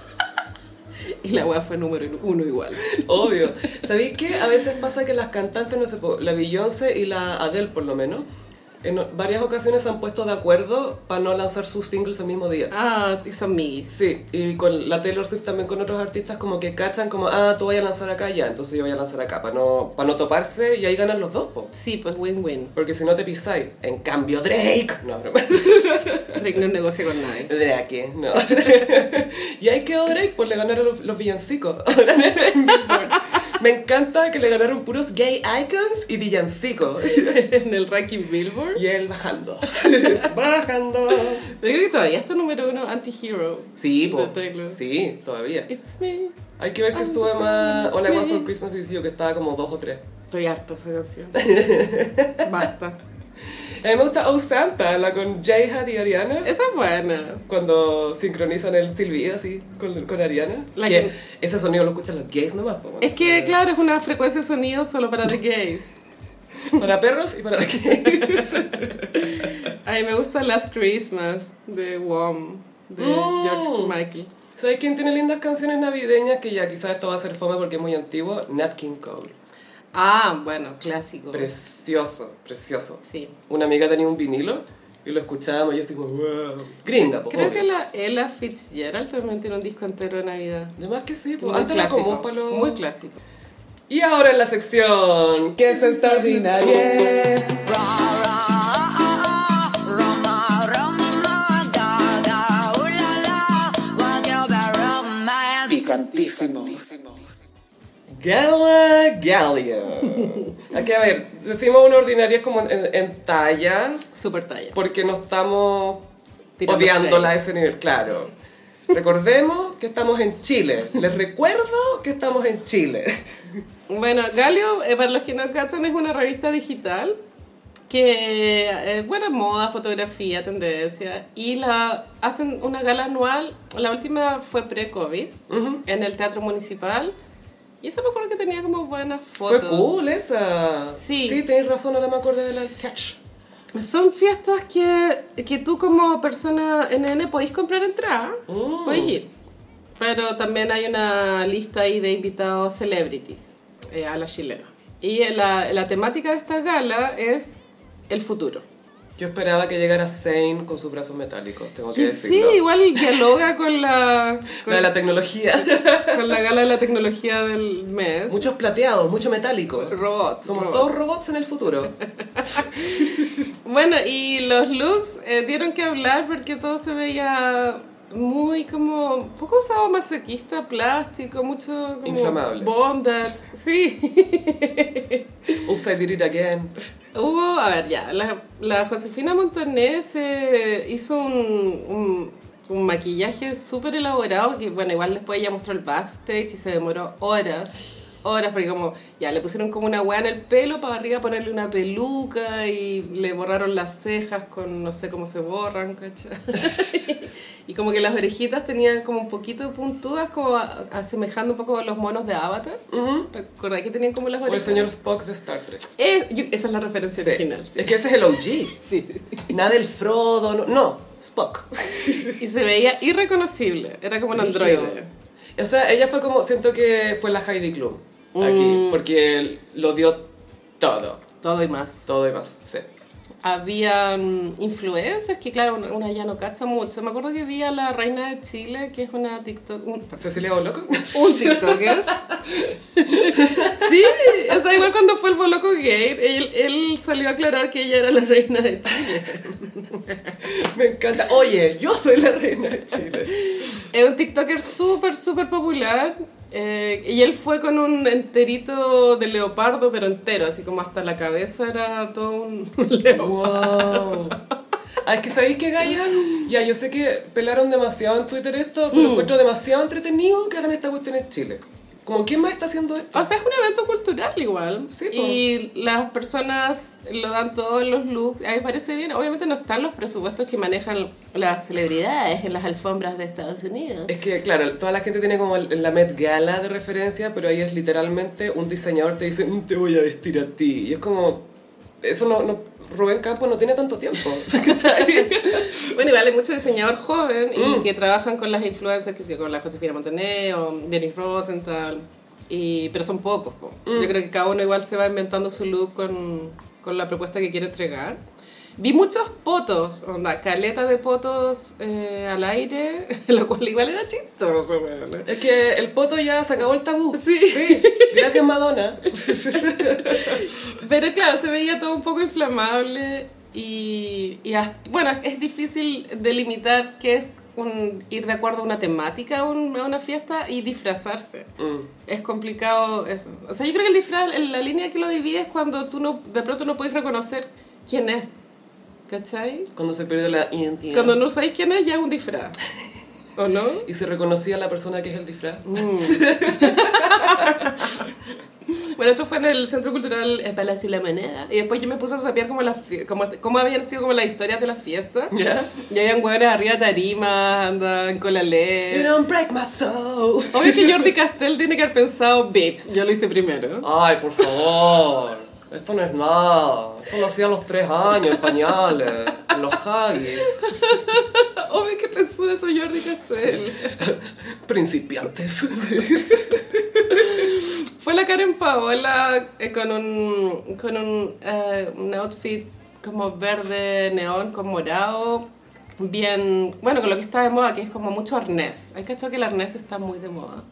y la weá fue número uno igual.
Obvio. ¿Sabéis qué? A veces pasa que las cantantes, no sé, po, la Beyoncé y la Adele por lo menos, en o- varias ocasiones se han puesto de acuerdo para no lanzar sus singles el mismo día.
Ah, sí, son mis.
Sí, y con la Taylor Swift también con otros artistas como que cachan como, ah, tú vayas a lanzar acá, ya, entonces yo voy a lanzar acá, para no, pa no toparse y ahí ganan los dos, po.
Sí, pues win-win.
Porque si no te pisáis, en cambio Drake, no, broma,
Drake no negocia con nadie.
Drake, no. y ahí quedó Drake, pues le ganaron los, los villancicos. Ahora en el Billboard. Me encanta que le ganaron puros gay icons y villancicos.
en el ranking Billboard.
Y él bajando. bajando.
Yo creo que todavía está número uno anti-hero.
Sí, po.
De Taylor.
Sí, todavía.
It's me.
Hay que ver si sube más All I Want for Christmas is You, que estaba como dos o tres.
Estoy harta de esa canción. Basta.
A mí me gusta Oh Santa, la con Jayhad y Ariana.
Esa es buena.
Cuando sincronizan el silbido así con, con Ariana.
La
que
que-
ese sonido lo escuchan los gays nomás. po, bueno,
Es que, claro, es una frecuencia de sonido solo para the gays.
Para perros y para gays.
A mí me gusta Last Christmas de Wom, de
Mm.
George Michael.
¿Sabes quién tiene lindas canciones navideñas? Que ya quizás esto va a ser fome porque es muy antiguo. Nat King Cole.
Ah, bueno, clásico.
Precioso, precioso.
Sí.
Una amiga tenía un vinilo y lo escuchábamos y yo así como, wow. Gringa, po,
Creo
obvio.
que la Ella Fitzgerald también tiene un disco entero de Navidad.
De más que sí, po.
Muy
antes era
clásico.
común para los...
Muy clásico.
Y ahora en la sección ¿Qué es extraordinaria? Picantísimo. Gala Galio. Aquí, a ver, decimos una ordinaria como en, en talla,
Super talla.
porque no estamos
Tirando
odiándola a ese nivel, claro. Recordemos que estamos en Chile. Les recuerdo que estamos en Chile.
Bueno, Galio, eh, para los que no cachan, es una revista digital que, eh, bueno, moda, fotografía, tendencia, y la hacen una gala anual, la última fue pre-COVID, en el Teatro Municipal, y esa me acuerdo que tenía como buenas fotos.
Fue cool esa.
Sí.
Sí, tenéis razón, ahora me acordé de la catch.
Son fiestas que, que tú como persona NN podéis comprar entrada,
Oh.
podéis ir. Pero también hay una lista ahí de invitados celebrities eh, a la chilena. Y la, la temática de esta gala es el futuro.
Yo esperaba que llegara Zane con sus brazos metálicos, tengo que
Y sí,
decirlo.
igual dialoga con
La
la,
de
con,
la tecnología.
con la gala de la tecnología del mes.
Muchos plateados, mucho metálico.
Robots.
Somos
robots.
todos robots en el futuro.
Bueno, y los looks eh, dieron que hablar porque todo se veía muy como poco usado masoquista, plástico, mucho como
Inflamable.
bondage. Sí.
Oops, I did it again.
Hubo, a ver, ya, la, la Josefina Montané se hizo un, un, un maquillaje súper elaborado que, bueno, igual después ella mostró el backstage y se demoró horas, horas, porque como, ya, le pusieron como una hueá en el pelo para arriba ponerle una peluca y le borraron las cejas con, no sé cómo se borran, ¿cachai? y como que las orejitas tenían como un poquito puntudas, como a- asemejando un poco a los monos de Avatar. ¿Recordáis que tenían como las
O el
orejas?
señor Spock de Star Trek.
Eh, yo- esa es la referencia
Sí.
original. sí.
Es que ese es el OG.
Sí.
Nada del Frodo. No, no, Spock.
Y se veía irreconocible. Era como un androide.
O sea, ella fue como, siento que fue la Heidi Klum aquí,
Mm.
porque él lo dio todo,
Todo y más.
todo y más, sí.
Había mm, influencers que, claro, una, una ya no cacha mucho. Me acuerdo que vi a la reina de Chile, que es una TikTok. Un,
Cecilia Boloco.
un TikToker. sí, o sea, igual cuando fue el Boloco Gate, él, él salió a aclarar que ella era la reina de Chile.
Me encanta. Oye, yo soy la reina de Chile.
Es un TikToker súper, súper popular. eh, y él fue con un enterito de leopardo, pero entero, así como hasta la cabeza era todo un, un leopardo.
Wow. Ah, es que sabéis que Gaia, ya yo sé que pelaron demasiado en Twitter esto,
Mm.
pero encuentro demasiado entretenido que hagan esta cuestión en Chile. Como, ¿quién más está haciendo esto?
O sea, es un evento cultural igual.
Sí, po.
y las personas lo dan todos los looks. A mí me parece bien. Obviamente no están los presupuestos que manejan las celebridades en las alfombras de Estados Unidos.
Es que, claro, toda la gente tiene como el- la Met Gala de referencia, pero ahí es literalmente un diseñador te dice, "Mm, te voy a vestir a ti. Y es como, eso no, no- Rubén Campos no tiene tanto tiempo. ¿cachai?
Bueno, y vale mucho diseñador joven y que trabajan con las influencers, que sí, con la Josefina Montané o Denis Rosenthal, y, pero son pocos. po. Yo creo que cada uno igual se va inventando su look con, con la propuesta que quiere entregar. Vi muchos potos, onda, caleta de potos eh, al aire, lo cual igual era chistoso, weón.
es que el poto ya se acabó el tabú.
Sí.
gracias Madonna.
Pero claro, se veía todo un poco inflamable y, y hasta- bueno, es difícil delimitar qué es un, ir de acuerdo a una temática, a, un- a una fiesta y disfrazarse.
Mm,
Es complicado eso. O sea, yo creo que el disfraz, el- la línea que lo divide es cuando tú no, de pronto no puedes reconocer quién es. ¿Cachai?
Cuando se pierde la identidad.
Cuando no sabéis quién es, ya es un disfraz. ¿O no?
Y se reconocía la persona que es el disfraz.
Bueno, esto fue en el Centro Cultural El Palacio de la Moneda. Y después yo me puse a saber cómo, las fie- cómo, cómo habían sido como las historias de las fiestas.
¿Ya?
Y habían hueones arriba de tarimas, andaban con la
You
ley.
don't break my soul.
Obvio que Jordi Castell tiene que haber pensado, bitch, yo lo hice primero.
Ay, por favor. Esto no es nada. Esto lo hacía a los tres años, en pañales, en los haggis.
Obvio que pensó eso Jordi Castell.
Principiantes.
Fue la Karen Paola eh, con un, con un, eh, un outfit como verde, neón, con morado. Bien, bueno, con lo que está de moda, que es como mucho arnés. Hay que que el arnés está muy de moda.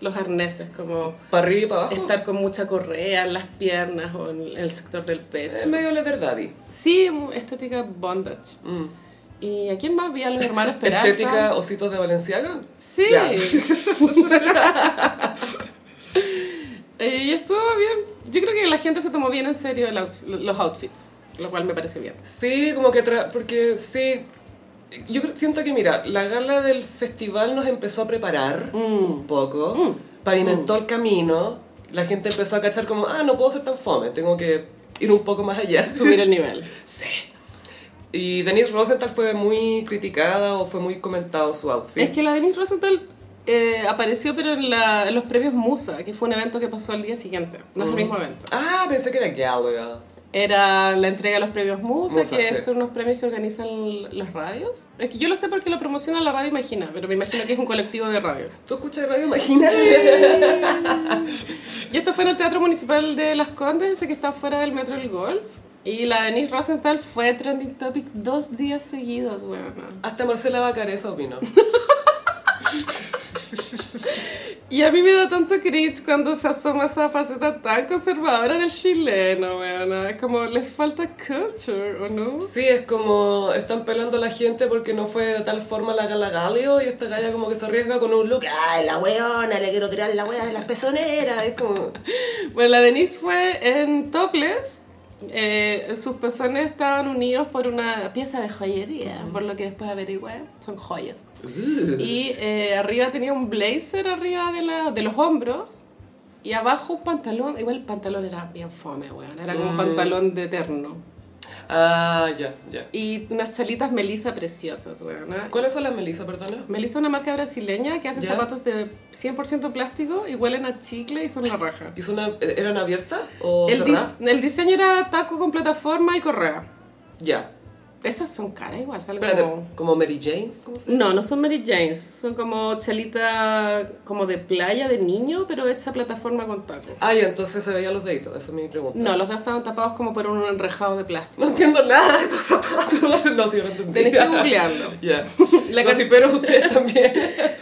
Los arneses, como
Para arriba y para abajo.
estar con mucha correa en las piernas o en el sector del
Es
pecho.
medio letter daddy.
Sí, mu- estética bondage. ¿Y a quién más vi a los hermanos Peralta?
Mm. Estética ositos de Valenciaga.
Sí.
Ya.
Eh, y estuvo bien. Yo creo que la gente se tomó bien en serio el outf- los outfits, lo cual me parece bien.
Sí, como que tra- porque sí. Yo creo- siento que, mira, la gala del festival nos empezó a preparar un poco, pavimentó el camino, la gente empezó a cachar como, ah, no puedo ser tan fome, tengo que ir un poco más allá.
Subir el nivel.
Sí. Y Denise Rosenthal fue muy criticada o fue muy comentado su outfit.
Es que la Denise Rosenthal eh, apareció pero en, la- en los premios Musa, que fue un evento que pasó al día siguiente. No es el mismo evento.
Ah, pensé que era gala.
Era la entrega de los premios Musa,
Musa,
que
sí.
son unos premios que organizan l- las radios. Es que yo lo sé porque lo promociona la radio Imagina, pero me imagino que es un colectivo de radios.
¿Tú escuchas radio? Imagínate.
Y esto fue en el Teatro Municipal de Las Condes, ese que está fuera del Metro del Golf. Y la Denise Rosenthal fue trending topic dos días seguidos, weón.
Hasta Marcela Bacaresa opinó.
Y a mí me da tanto cringe cuando se asoma esa faceta tan conservadora del chileno, weona. Es como, les falta culture, ¿o no?
Sí, es como están pelando a la gente porque no fue de tal forma la gala Galio y esta galla como que se arriesga con un look. ¡Ay, la weona! Le quiero tirar la wea de las pezoneras. Es como.
Bueno, Pues la Denise fue en topless. Eh, sus pezones estaban unidos por una pieza de joyería, por lo que después averigüé, son joyas. Y eh, arriba tenía un blazer arriba de, la- de los hombros y abajo un pantalón. Igual el pantalón era bien fome, weón. Era como un pantalón de terno.
Ah, ya, ya.
Y unas chalitas melisa preciosas, weón.
¿Cuáles son las melisa, perdona?
Melisa es una marca brasileña que hace
Ya.
zapatos de 100% plástico y huelen a chicle y son una raja.
¿Hizo una- ¿Eran abiertas o
El,
cerradas?
dis- el diseño era taco con plataforma y correa.
Ya.
Esas son caras igual, salen
Espérate,
como...
¿como Mary Jane? ¿Cómo se-
No, no son Mary Janes, son como chalita como de playa de niño, pero hecha plataforma con taco.
Ah, ya, entonces se veían los deditos, esa es mi pregunta.
No, los dos estaban tapados como por un enrejado de plástico.
No entiendo nada de estos zapatos. No, sí, yo no entendí.
Tenés que googlearlo.
Ya.
La
No,
car-
sí, pero ustedes también.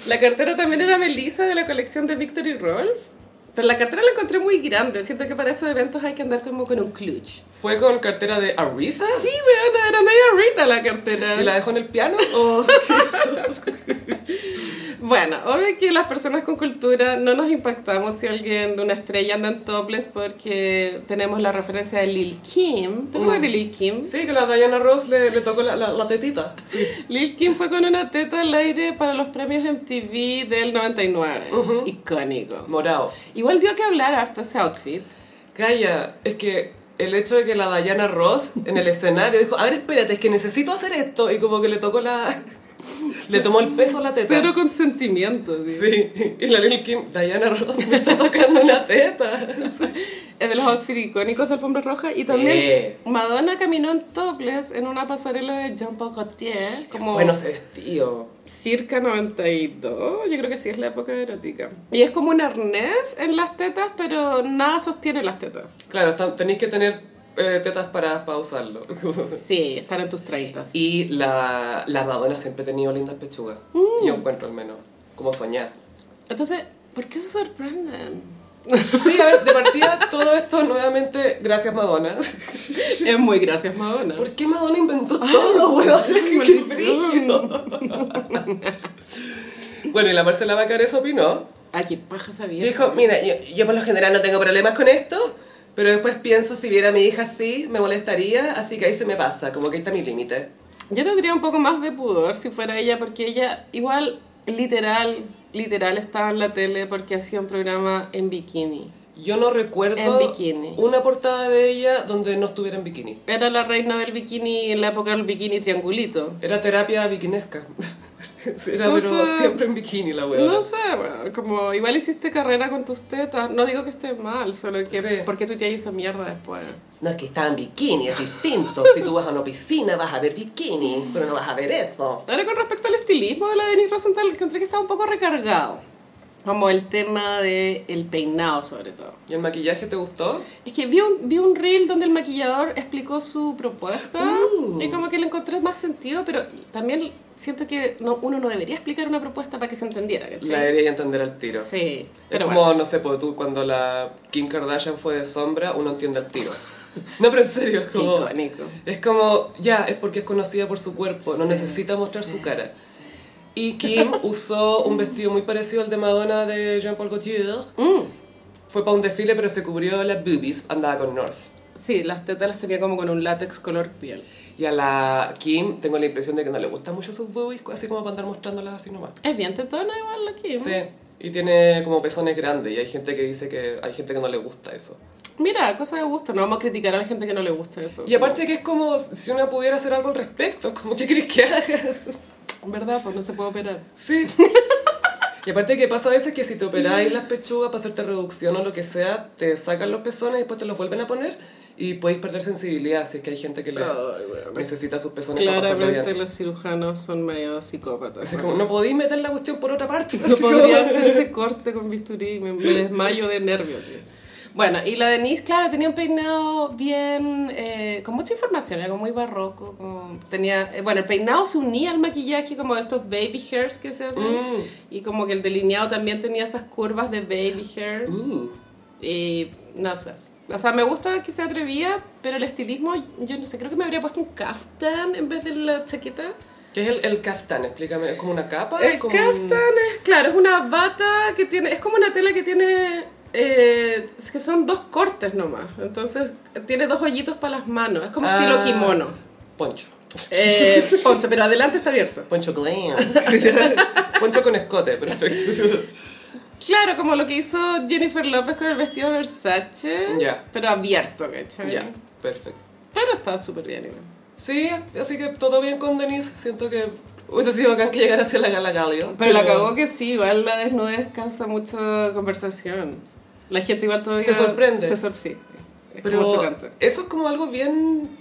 La cartera también era Melissa de la colección de Victor y Rolf, pero la cartera la encontré muy grande, siento que para esos eventos hay que andar como con un clutch.
¿Fue con cartera de Aretha?
Sí, weona, era medio Rita la cartera.
¿Y la dejó en el piano? ¿O
Bueno, obvio que las personas con cultura no nos impactamos si alguien de una estrella anda en topless porque tenemos la referencia de Lil Kim. ¿Te acuerdas de Lil Kim?
Sí, que la Diana Ross le, le tocó la, la- la tetita.
Lil Kim fue con una teta al aire para los premios MTV del 99. Icónico.
Morado.
Igual dio que hablar harto ese outfit.
Calla, es que el hecho de que la Diana Ross en el escenario dijo, a ver, espérate, es que necesito hacer esto. Y como que le tocó la... Le tomó el peso a la teta.
Cero consentimiento. sí.
Sí, y la Lil Kim, Diana Ross me está tocando una teta.
Es de los outfits icónicos de Alfombra Roja. Y también Madonna caminó en topless en una pasarela de Jean Paul Gaultier. Como
Bueno, se vestido.
Circa 92, yo creo que sí es la época erótica. Y es como un arnés en las tetas, pero nada sostiene las tetas.
Claro, está- tenéis que tener eh, tetas paradas para usarlo.
Sí, estar en tus 30.
Y la, la Madonna siempre ha tenido lindas pechugas.
Mm.
Yo encuentro al menos. Como soñar.
Entonces, ¿por qué se sorprenden?
Sí, a ver, de partida todo esto nuevamente, gracias Madonna.
Es muy gracias, Madonna.
¿Por qué Madonna inventó todo, weón? ¡Qué
maldición.
brígido! Bueno, y la Marcela Bacares opinó.
¿A qué paja sabía?
Dijo, mira, yo, yo por lo general no tengo problemas con esto, pero después pienso si viera a mi hija así, me molestaría, así que ahí se me pasa, como que ahí está mi límite.
Yo tendría un poco más de pudor si fuera ella, porque ella igual, literal, literal estaba en la tele porque hacía un programa en bikini.
Yo no
En
recuerdo
bikini.
una portada de ella donde no estuviera en bikini.
Era la reina del bikini en la época del bikini triangulito.
Era terapia bikinesca. Era pero
Entonces-
siempre en bikini la weona.
No sé, bueno, como igual hiciste carrera con tus tetas. No digo que esté mal, solo que
Sí.
¿por qué tuiteáis esa mierda después?
No es que está en bikini, es distinto. Si tú vas a una piscina vas a ver bikini, pero no vas a ver eso.
Ahora con respecto al estilismo de la Denise Rosenthal, encontré que estaba un poco recargado. Como el tema del el peinado, sobre todo.
¿Y el maquillaje te gustó?
Es que vi un, vi un reel donde el maquillador explicó su propuesta
Uh.
y como que le encontré más sentido, pero también siento que no, uno no debería explicar una propuesta para que se entendiera, ¿cachai?
La debería entender al tiro.
Sí,
Es
pero
como,
bueno.
no sé, pues tú cuando la Kim Kardashian fue de sombra, uno entiende al tiro. No, pero en serio, es
Qué
como...
icónico.
Es como, ya, es porque es conocida por su cuerpo, no necesita mostrar su cara. Y Kim usó un vestido muy parecido al de Madonna de Jean-Paul Gaultier.
Mm.
Fue para un desfile, pero se cubrió las boobies, andaba con North.
Sí, las tetas las tenía como con un látex color piel.
Y a la Kim tengo la impresión de que no le gustan mucho sus boobies, así como para andar mostrándolas así nomás.
Es bien tetona igual la Kim.
Sí, y tiene como pezones grandes y hay gente que dice que hay gente que no le gusta eso.
Mira, cosa de gusto, no vamos a criticar a la gente que no le gusta eso.
Y aparte que es como si una pudiera hacer algo al respecto, como que crees que haga.
¿Verdad? Pues no se puede operar.
Sí. Y aparte que pasa a veces que si te operáis las pechugas para hacerte reducción o lo que sea, te sacan los pezones y después te los vuelven a poner y podéis perder sensibilidad si es que hay gente que le necesita sus pezones para pasarlo
Claramente
bien.
los cirujanos son medio psicópatas.
Así como, no podéis meter la cuestión por otra parte.
No
Así como-
podría hacer ese corte con bisturí, me, me desmayo de nervios. tío. Bueno, y la Denise, claro, tenía un peinado bien, eh, con mucha información, era como muy barroco, como tenía, eh, bueno, el peinado se unía al maquillaje como estos baby hairs que se hacen,
Mm.
y como que el delineado también tenía esas curvas de baby hair,
Uh,
y no sé. O sea, me gusta que se atrevía, pero el estilismo, yo no sé, creo que me habría puesto un caftan en vez de la chaqueta.
¿Qué es el, el caftán? Explícame, ¿es como una capa?
El
como un-
kaftan es, claro, es una bata que tiene, es como una tela que tiene, eh, es que son dos cortes nomás, entonces tiene dos hoyitos para las manos, es como
Ah.
estilo kimono.
Poncho.
Eh, poncho, pero adelante está abierto.
Poncho glam. Poncho con escote, perfecto.
Claro, como lo que hizo Jennifer López con el vestido de Versace,
Ya.
pero abierto, ¿cachai?
ya, perfecto.
Pero está súper bien igual.
Sí, así que todo bien con Denise. Siento que hubiese sido bacán que llegara hacia la gala Gala.
Pero la cagó que sí, igual la desnudez causa mucha conversación. La gente igual todavía...
Se sorprende.
Se sor- sí. Es
Pero
como chocante.
eso es como algo bien.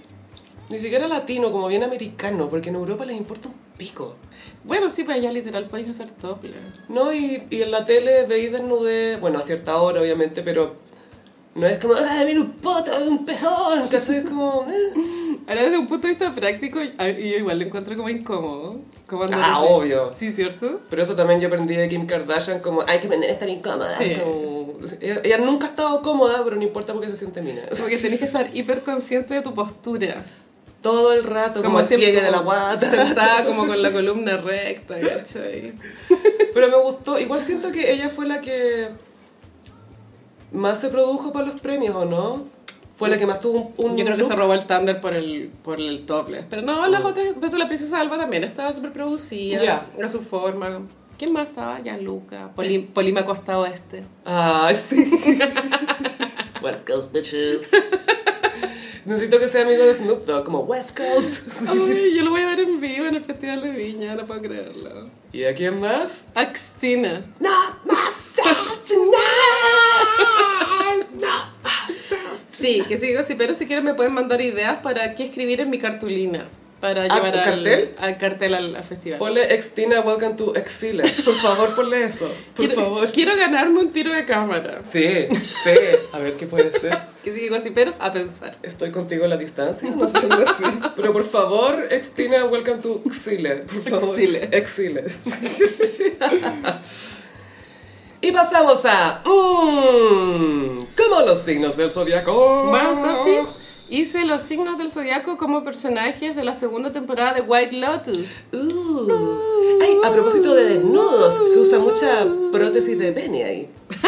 Ni siquiera latino, como bien americano, porque en Europa les importa un pico.
Bueno, sí, pues allá literal podéis hacer doble.
No, y, y en la tele veis desnudez, bueno, a cierta hora obviamente, pero no es como, ¡ah, mira un potro de un pezón! Que es como, eh.
Ahora, desde un punto de vista práctico, a- yo igual lo encuentro como incómodo. Como andar
Ah,
así.
obvio.
Sí, ¿cierto?
Pero eso también yo aprendí de Kim Kardashian, como, hay que aprender a estar incómoda.
Sí.
como- ella, ella nunca ha estado cómoda, pero no importa porque se siente mina.
Como que tenés que estar hiperconsciente de tu postura.
Todo el rato, como, el pliegue de la guata.
Sentada como con la columna recta, ¿cachai?
Pero me gustó. Igual siento que ella fue la que más se produjo para los premios, ¿o no? Fue la que más tuvo un, un
Yo creo que
look.
se robó el thunder por el, por el topless. Pero no, las otras, pues la princesa Alba también estaba súper producida.
Ah. Ya.
A su forma. ¿Quién más estaba? Gianluca. Poli,
Eh.
Polima Costa Oeste.
Ay, sí. West Coast bitches. Necesito que sea amigo de Snoop Dogg, como West Coast.
Ay, yo lo voy a ver en vivo en el Festival de Viña, no puedo creerlo.
¿Y a quién más?
Axtina.
No myself tonight. No myself.
Sí, que sigo así, pero si quieren me pueden mandar ideas para qué escribir en mi cartulina. Para llevar
¿un
al
Ah, cartel?
al cartel al, al festival.
Ponle Extina, welcome to Exile. Por favor, ponle eso. Por
quiero,
favor.
quiero ganarme un tiro de cámara.
Sí, sí. A ver qué puede ser.
Que sigo así, pero a pensar.
Estoy contigo a la distancia, no sé, no sé. Pero por favor, Extina, welcome to Xile. Por favor.
Xile.
Exile. y pasamos a. Mmm, ¿Cómo los signos del zodiaco?
Bueno, Sofi, hice los signos del zodiaco como personajes de la segunda temporada de White Lotus.
Uh. Ay, a propósito de desnudos, se usa mucha prótesis de pene ahí.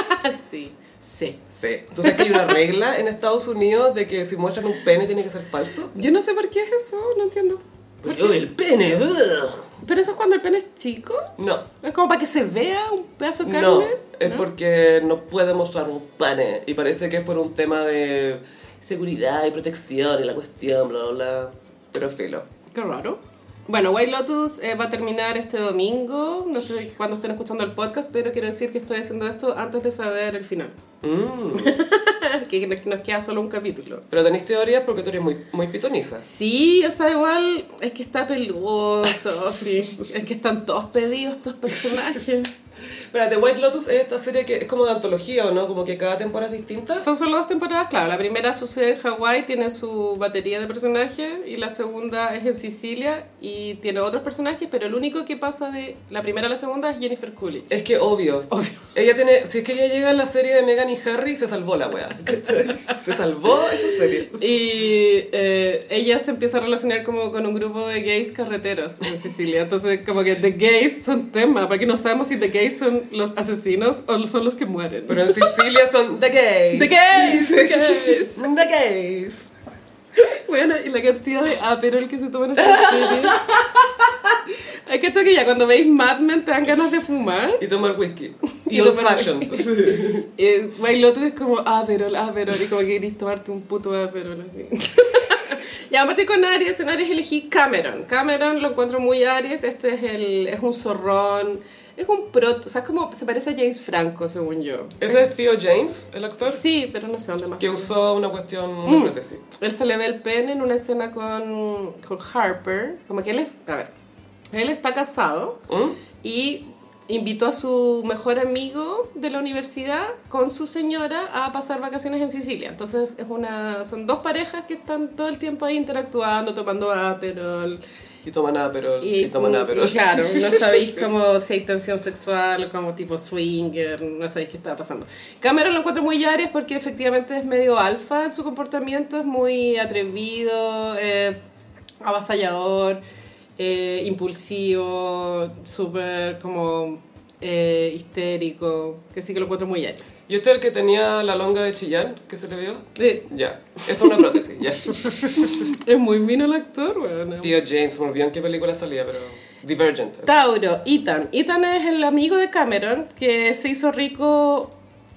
sí, sí.
Sí. Entonces aquí hay una regla en Estados Unidos de que si muestran un pene tiene que ser falso.
Yo no sé por qué es eso, no entiendo.
Pero el pene. ugh.
Pero eso es cuando el pene es chico.
No,
Es como para que se vea un pedazo de carne.
No, es porque no puede mostrar un pane y parece que es por un tema de seguridad y protección y la cuestión, bla, bla, bla. Pero filo.
Qué raro. Bueno, White Lotus eh, va a terminar este domingo. No sé cuándo estén escuchando el podcast, pero quiero decir que estoy haciendo esto antes de saber el final. que nos- nos queda solo un capítulo.
Mm. Pero tenéis teorías porque tú eres muy, muy pitoniza.
Sí, o sea, igual es que está peludo, Sofri. es que están todos pedidos estos personajes.
Espérate, White Lotus es esta serie que es como de antología, ¿o no? Como que cada temporada es distinta.
Son solo dos temporadas, claro. La primera sucede en Hawái, tiene su batería de personajes. Y la segunda es en Sicilia y tiene otros personajes. Pero el único que pasa de la primera a la segunda es Jennifer Coolidge.
Es que obvio. Ella tiene... Si es que ella llega a la serie de Megan y Harry, se salvó la wea. se salvó esa serie.
Y eh, ella se empieza a relacionar como con un grupo de gays carreteros en Sicilia. Entonces, como que the gays son tema, porque no sabemos si the gays son los asesinos o son los que mueren.
Pero en Sicilia son The Gays.
The gays, the gays.
The Gays.
Bueno, y la cantidad de aperol que se toman estas series. Hay que esto que ya cuando veis Mad Men te dan ganas de fumar.
Y tomar whisky.
Y
Y, old
tomar
fashion.
Eh, bailo tú es como aperol, aperol. Y como que querís tomarte un puto aperol así. Y aparte con Aries, en Aries elegí Cameron. Cameron lo encuentro muy Aries. Este es, el, es un zorrón. Es un proto. O sea, es como se parece a James Franco, según yo.
Ese es Theo James, el actor,
Sí, pero no sé dónde más.
que usó una cuestión,
Mm.
una prótesis.
Él se le ve el pene en una escena con, con Harper. Como que él es. A ver. Él está casado
¿Mm?
y invitó a su mejor amigo de la universidad con su señora a pasar vacaciones en Sicilia. Entonces es una, son dos parejas que están todo el tiempo ahí interactuando, tomando aperol.
Y toma nada, pero.
Y,
Y, toma nada, pero.
y claro, no sabéis como si hay tensión sexual o como tipo swinger, no sabéis qué estaba pasando. Cameron lo encuentro muy Aries porque efectivamente es medio alfa en su comportamiento, es muy atrevido, eh, avasallador, eh, impulsivo, súper como eh, histérico, que sí que lo encuentro muy Aries.
¿Y este es el que tenía la longa de Chillán que se le vio?
Eh,
Ya. Esta es una prótesis, ya.
es muy mino el actor, weón. es
Tío James, se me olvidó en qué película salía, pero. Divergent.
Tauro, Ethan. Ethan es el amigo de Cameron que se hizo rico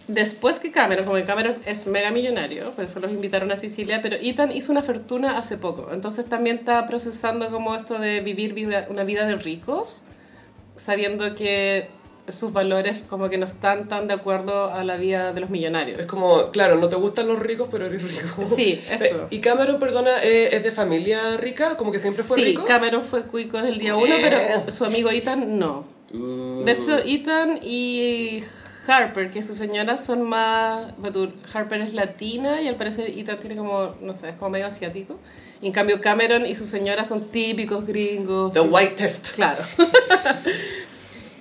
después que Cameron, porque Cameron es mega millonario, por eso los invitaron a Sicilia, pero Ethan hizo una fortuna hace poco, entonces también está procesando como esto de vivir vida- una vida de ricos, sabiendo que sus valores como que no están tan de acuerdo a la vida de los millonarios.
Es como, claro, no te gustan los ricos, pero eres rico. Eh,
Sí, eso.
¿Y Cameron, perdona, eh, es de familia rica? ¿Como que siempre fue
sí,
rico?
Cameron fue cuico desde el día uno, pero su amigo Ethan no.
Uh,
De hecho, Ethan y Harper, que sus señoras son más... bueno, Harper es latina y al parecer Ethan tiene como, no sé, es como medio asiático. Y en cambio Cameron y sus señoras son típicos gringos.
The White Test.
Claro.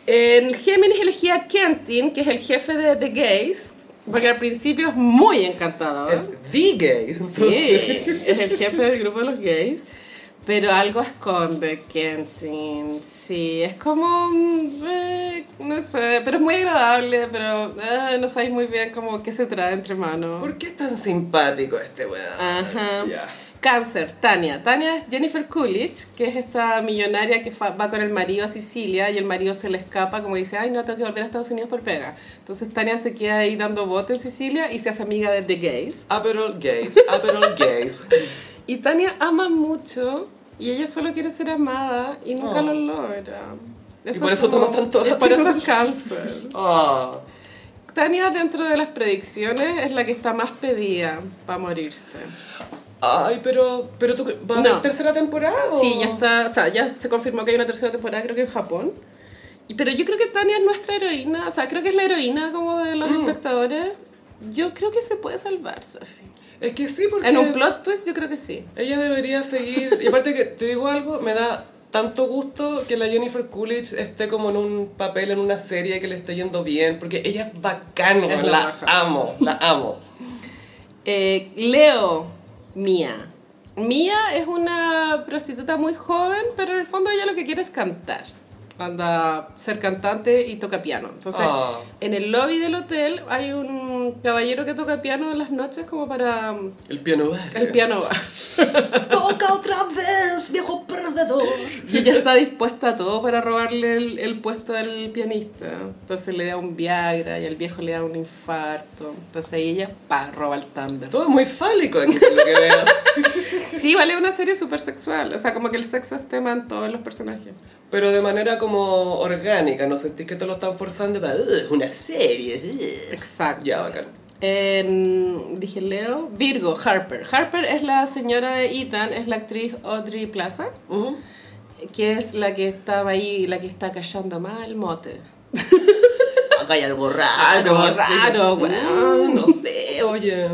en Géminis elegía a Kentin, que es el jefe de The Gays, porque al principio es muy encantador.
Es The Gay.
Sí,
entonces.
es el jefe del grupo de los gays. Pero algo esconde Kentin. Sí, es como. mm, eh, no sé, pero es muy agradable, pero eh, no sabéis muy bien como qué se trae entre manos.
¿Por qué es tan simpático este weón?
Ajá.
Ya.
Cáncer, Tania. Tania es Jennifer Coolidge, que es esta millonaria que fa- va con el marido a Sicilia y el marido se le escapa, como dice, ay, no, tengo que volver a Estados Unidos por pega. Entonces Tania se queda ahí dando bote en Sicilia y se hace amiga de The Gays.
Aperol gays, aperol gays.
Y Tania ama mucho y ella solo quiere ser amada y nunca
Oh.
lo logra.
por
es
eso toma tanto
es Por eso es
ácido.
cáncer.
Ah.
Tania, dentro de las predicciones, es la que está más pedida para morirse.
Ay, pero, pero tú, ¿va a haber
No.
tercera temporada? o?
Sí, ya está, o sea, ya se confirmó que hay una tercera temporada, creo que en Japón. Y, pero yo creo que Tania es nuestra heroína, o sea, creo que es la heroína como de
Mm.
los espectadores. Yo creo que se puede salvar, Sophie.
Es que sí, porque
En un plot twist, yo creo que sí.
ella debería seguir. Y aparte que te digo algo, me da tanto gusto que la Jennifer Coolidge esté como en un papel, en una serie que le esté yendo bien, porque ella es bacán,
Es la
la
raja.
amo, la amo.
Eh, Leo, Mía. Mía es una prostituta muy joven, pero en el fondo ella lo que quiere es cantar. Anda ser cantante y toca piano. Entonces,
Ah.
en el lobby del hotel hay un caballero que toca piano en las noches como para um,
El piano
el piano bar.
Toca otra vez, viejo perdedor.
Y ella está dispuesta a todo para robarle el, el puesto al pianista. Entonces le da un Viagra y al viejo le da un infarto. Entonces ahí ella pa, roba el tándem.
Todo es muy fálico aquí, por lo que veo.
Sí, vale una serie súper sexual. O sea, como que el sexo es tema en todos los personajes.
Pero de manera como orgánica, no sentís que te lo están forzando para, "Ugh, es una serie. ugh".
Exacto.
Ya, bacán.
En- dije Leo, Virgo, Harper. Harper es la señora de Ethan, es la actriz Audrey Plaza,
Ujú.
que es la que estaba ahí, la que está callando más el mote.
Acá hay algo raro.
Algo raro,
Oh, sí.
weón.
Mm, No sé, Ah, oye.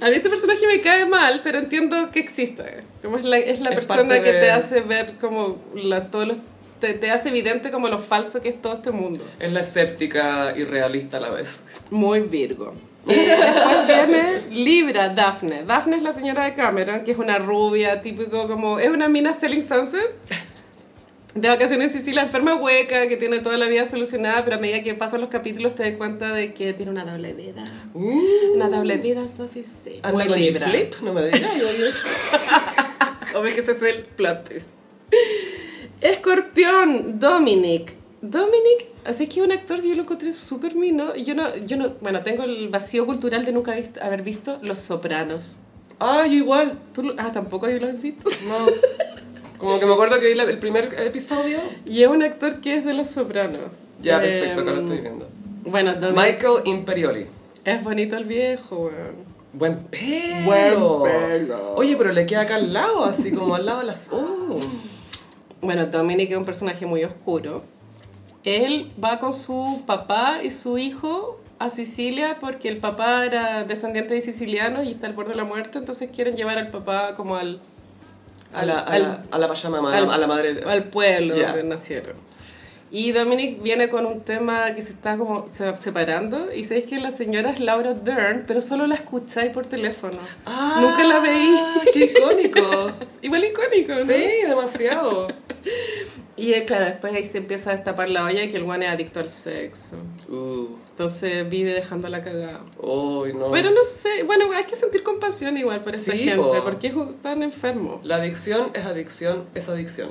A mí este personaje me cae mal, pero entiendo que existe. Como es la, es la
Es
persona
parte
que
de-
te hace ver como la- todos los- te, te hace evidente como lo falso que es todo este mundo.
Es la escéptica y realista a la vez.
Muy Virgo. Eh, Después viene Libra, Daphne. Daphne es la señora de Cameron, que es una rubia, típico como... Es una mina selling sunset. De vacaciones en Sicilia, enferma hueca, que tiene toda la vida solucionada, pero a medida que pasan los capítulos te das cuenta de que tiene una doble vida. Una doble vida, Sophie, sí.
Anda
Muy
con
Libra.
G-Flip, no me digas. oye.
Obvio que ese es el plot twist. Escorpión, Dominic. Dominic, así que es un actor que yo lo encontré súper mino. Yo no, yo no, bueno, tengo el vacío cultural de nunca vist- haber visto Los Sopranos.
Ah, yo igual.
¿Tú lo- ah, tampoco yo lo he visto.
No. Como que me acuerdo que vi la- el primer episodio.
Y es un actor que es de Los Sopranos.
Ya,
Eh,
perfecto, acá lo estoy viendo.
Bueno, Dominic
Michael Imperioli.
es bonito el viejo, weón.
Buen pelo.
Buen pelo.
Oye, pero le queda acá al lado, así como al lado de las. Oh.
Bueno, Dominic es un personaje muy oscuro. Él va con su papá y su hijo a Sicilia porque el papá era descendiente de sicilianos y está al borde de la muerte, entonces quieren llevar al papá como al,
A la, a
al-
la, a la Pachamama,
al-
a la madre.
al pueblo
Ya.
donde nacieron. Y Dominic viene con un tema que se está como se- separando y sabéis que la señora es Laura Dern, pero solo la escucháis por teléfono.
Ah,
Nunca la veí.
¡Qué icónico!
Igual icónico, ¿no?
sí, demasiado.
Y él, claro, después ahí se empieza a destapar la olla y que el guan es adicto al sexo.
Uh,
Entonces vive dejándola cagada.
uy, no.
Pero no sé, bueno, hay que sentir compasión igual por esta
Oh. Sí,
gente,
po.
porque es un- tan enfermo.
La adicción es adicción, es adicción.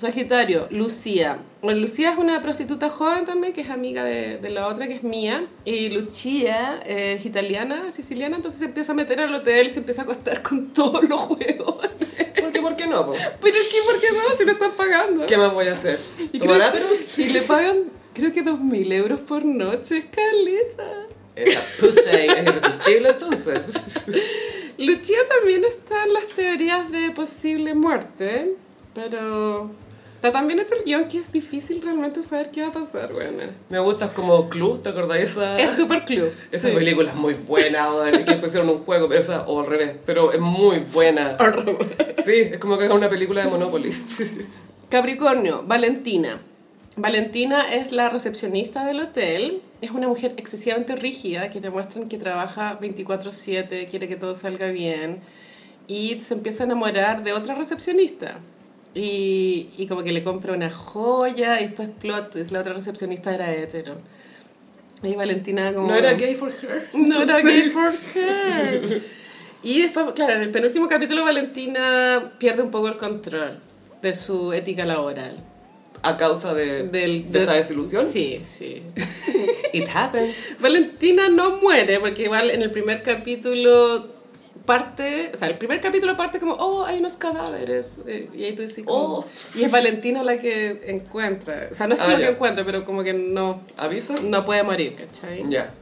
Sagitario, Lucía. Bueno, Lucía es una prostituta joven también, que es amiga de, de la otra, que es mía. Y Lucía eh, es italiana, siciliana, entonces se empieza a meter al hotel y se empieza a acostar con todos los juegos.
Porque, ¿por qué no? po?
Pero es que, ¿por qué no? Si no están pagando.
¿Qué más voy a hacer?
Y, creo-
¿Tomará, pero?
y le pagan, creo que 2.000 euros por noche, es caleta.
Esa pussy es irresistible entonces.
Lucía también está en las teorías de posible muerte, pero está también hecho el guión que es difícil realmente saber qué va a pasar, bueno.
Me gustas como Club, ¿te acordáis? Esa,
Es super club.
Ah. esa película es muy buena, weón, y que pusieron un juego, pero esa, o al revés, pero es muy buena. Sí, es como que haga una película de Monopoly.
Capricornio, Valentina. Valentina es la recepcionista del hotel. Es una mujer excesivamente rígida que te muestran que trabaja 24/7, quiere que todo salga bien. Y se empieza a enamorar de otra recepcionista. Y, y como que le compra una joya y después plot twist, la otra recepcionista era hetero. Y Valentina como...
No era gay for her.
No era gay for her. Y después, claro, en el penúltimo capítulo Valentina pierde un poco el control de su ética laboral.
A causa de,
Del,
de
de-
esta desilusión.
Sí, sí.
It happens.
Valentina no muere, porque igual en el primer capítulo parte, o sea, el primer capítulo parte como, oh, hay unos cadáveres. eh, Y ahí tú dices, como-
Oh.
y es Valentina la que encuentra. O sea, no es
Ah,
como que
ya.
encuentra, pero como que no,
¿Avisa?
no puede morir, ¿cachai?
Ya.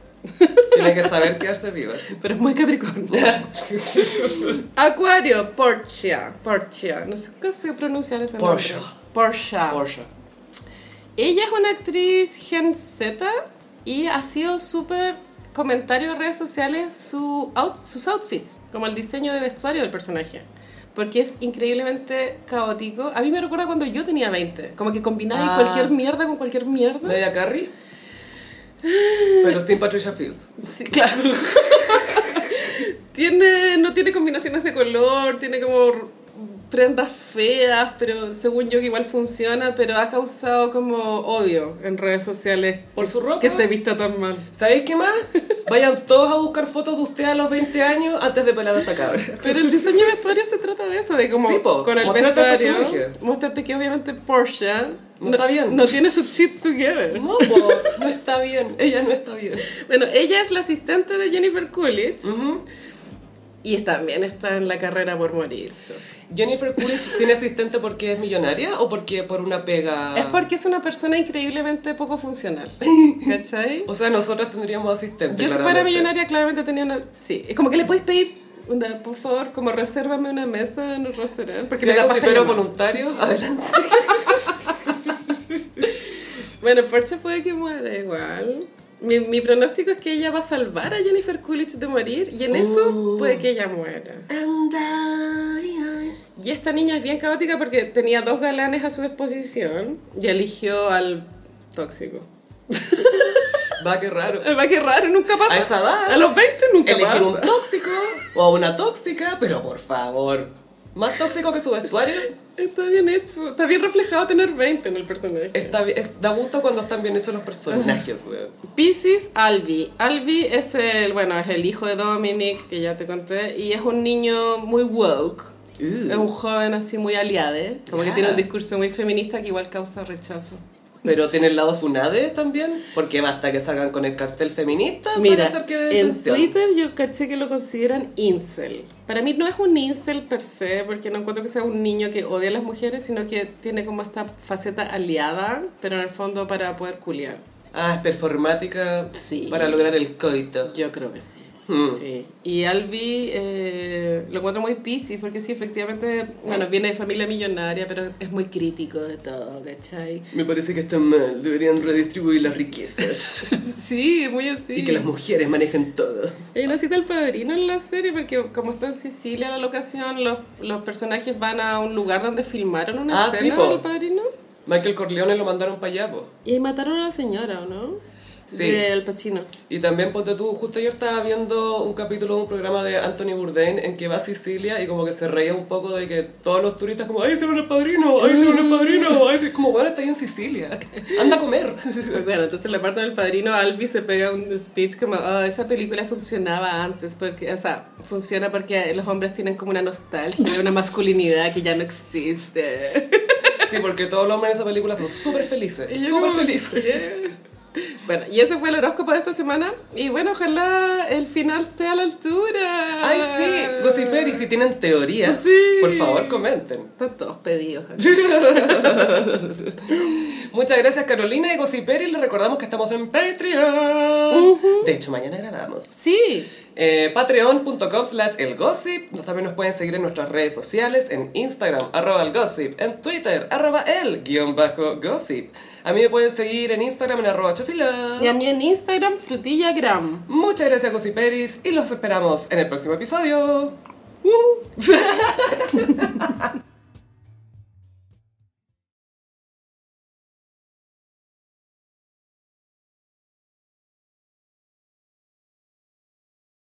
Tiene que saber quedarse viva.
Pero es muy Capricornio. Acuario, Portia. Portia. No sé cómo se pronuncia ese
Portia.
nombre. Portia.
Porsche.
Ella es una actriz Gen Z y ha sido súper comentario en redes sociales su out- sus outfits, como el diseño de vestuario del personaje. Porque es increíblemente caótico. A mí me recuerda cuando yo tenía 20. Como que combinaba
Ah.
cualquier mierda con cualquier mierda.
Media Carrie. Pero sin Patricia Fields.
Sí, claro. tiene, no tiene combinaciones de color, tiene como r- prendas feas, pero según yo que igual funciona, pero ha causado como odio en redes sociales.
Por su ropa.
Que se vista tan mal.
¿Sabéis qué más? Vayan todos a buscar fotos de usted a los 20 años antes de pelar a esta cabra.
Pero el diseño de vestuario se trata de eso, de como
Sí, po,
con el
mostrarte al
vestuario,
personaje.
mostrarte que obviamente Porsche ¿eh?
No está bien.
no tiene su chip together.
No, po, no está bien. Ella no está bien.
Bueno, ella es la asistente de Jennifer Coolidge y también está en la carrera por morir, Sophie.
Jennifer Coolidge tiene asistente porque es millonaria o porque por una pega.
Es porque es una persona increíblemente poco funcional. ¿Cachai?
O sea, nosotras tendríamos asistente.
Yo si fuera
claramente.
millonaria claramente tenía una... Sí, es como que le podéis pedir, onda, por favor, como resérvame una mesa en un restaurante.
Si
Porque me da
hay
paja
cocineros
llamar.
voluntarios, adelante.
Bueno, Porcha puede que muera igual. Mi, mi pronóstico es que ella va a salvar a Jennifer Coolidge de morir y en eso
Uh.
puede que ella muera. Y esta niña es bien caótica porque tenía dos galanes a su disposición y eligió al tóxico.
Va, qué raro.
Va que raro, nunca pasa.
A esa edad.
A los 20 nunca pasa.
Elegir un tóxico o a una tóxica, pero por favor. Más tóxico que su vestuario.
Está bien hecho, está bien reflejado tener 20 en el personaje.
Está, bi- es- da gusto cuando están bien hechos los personajes, weón.
Pisces Albi. Albi es el, bueno, es el hijo de Dominic, que ya te conté, y es un niño muy woke.
Uh.
Es un joven así muy aliade, como que
Ah.
tiene un discurso muy feminista que igual causa rechazo.
Pero tiene el lado funade también, porque basta que salgan con el cartel feminista para
Mira,
echar que den
en
tensión.
Twitter yo caché que lo consideran incel. Para mí no es un incel per se, porque no encuentro que sea un niño que odia a las mujeres, sino que tiene como esta faceta aliada, pero en el fondo para poder culiar.
Ah, es performática
Sí.
para lograr el coito.
Yo creo que sí. Sí. Y Albi eh, lo encuentro muy piscis porque sí, efectivamente, bueno, viene de familia millonaria, pero es muy crítico de todo, ¿cachai?
Me parece que está mal. Deberían redistribuir las riquezas.
Sí, muy así.
Y que las mujeres manejen todo.
Y lo cita el padrino en la serie porque como está en Sicilia la locación, los, los personajes van a un lugar donde filmaron una
Ah, sí,
escena
po.
del padrino.
Michael Corleone lo mandaron para allá, po.
Y ahí mataron a la señora, ¿o no?
Sí.
Del Pacino.
Y también, ponte tú, justo ayer estaba viendo un capítulo de un programa de Anthony Bourdain en que va a Sicilia y como que se reía un poco de que todos los turistas como, ¡ay, se van el padrino! ¡ay, se van el padrino! ¡ay, se-". como, bueno, está ahí en Sicilia, anda a comer.
Bueno, entonces en la parte del padrino, Albi se pega un speech como, "Ah, esa película funcionaba antes, porque, o sea, funciona porque los hombres tienen como una nostalgia, una masculinidad que ya no existe.
Sí, porque todos los hombres en esa película son súper
Y
felices,
yo
súper
como,
felices.
"Yeah". Bueno, y ese fue el horóscopo de esta semana. Y bueno, ojalá el final esté a la altura.
¡Ay, sí! Gossiperi, si tienen teorías,
Sí.
por favor, comenten.
Están todos pedidos.
Muchas gracias Carolina de Gossiperi, les recordamos que estamos en Patreon. De hecho, mañana grabamos.
Sí.
Eh, Patreon.com slash el gossip. También nos pueden seguir en nuestras redes sociales, en Instagram, arroba el gossip, en Twitter, arroba el guión bajo gossip. A mí me pueden seguir en Instagram en arroba chofila.
Y a mí en Instagram, frutillagram.
Muchas gracias Gossiperis y los esperamos en el próximo episodio.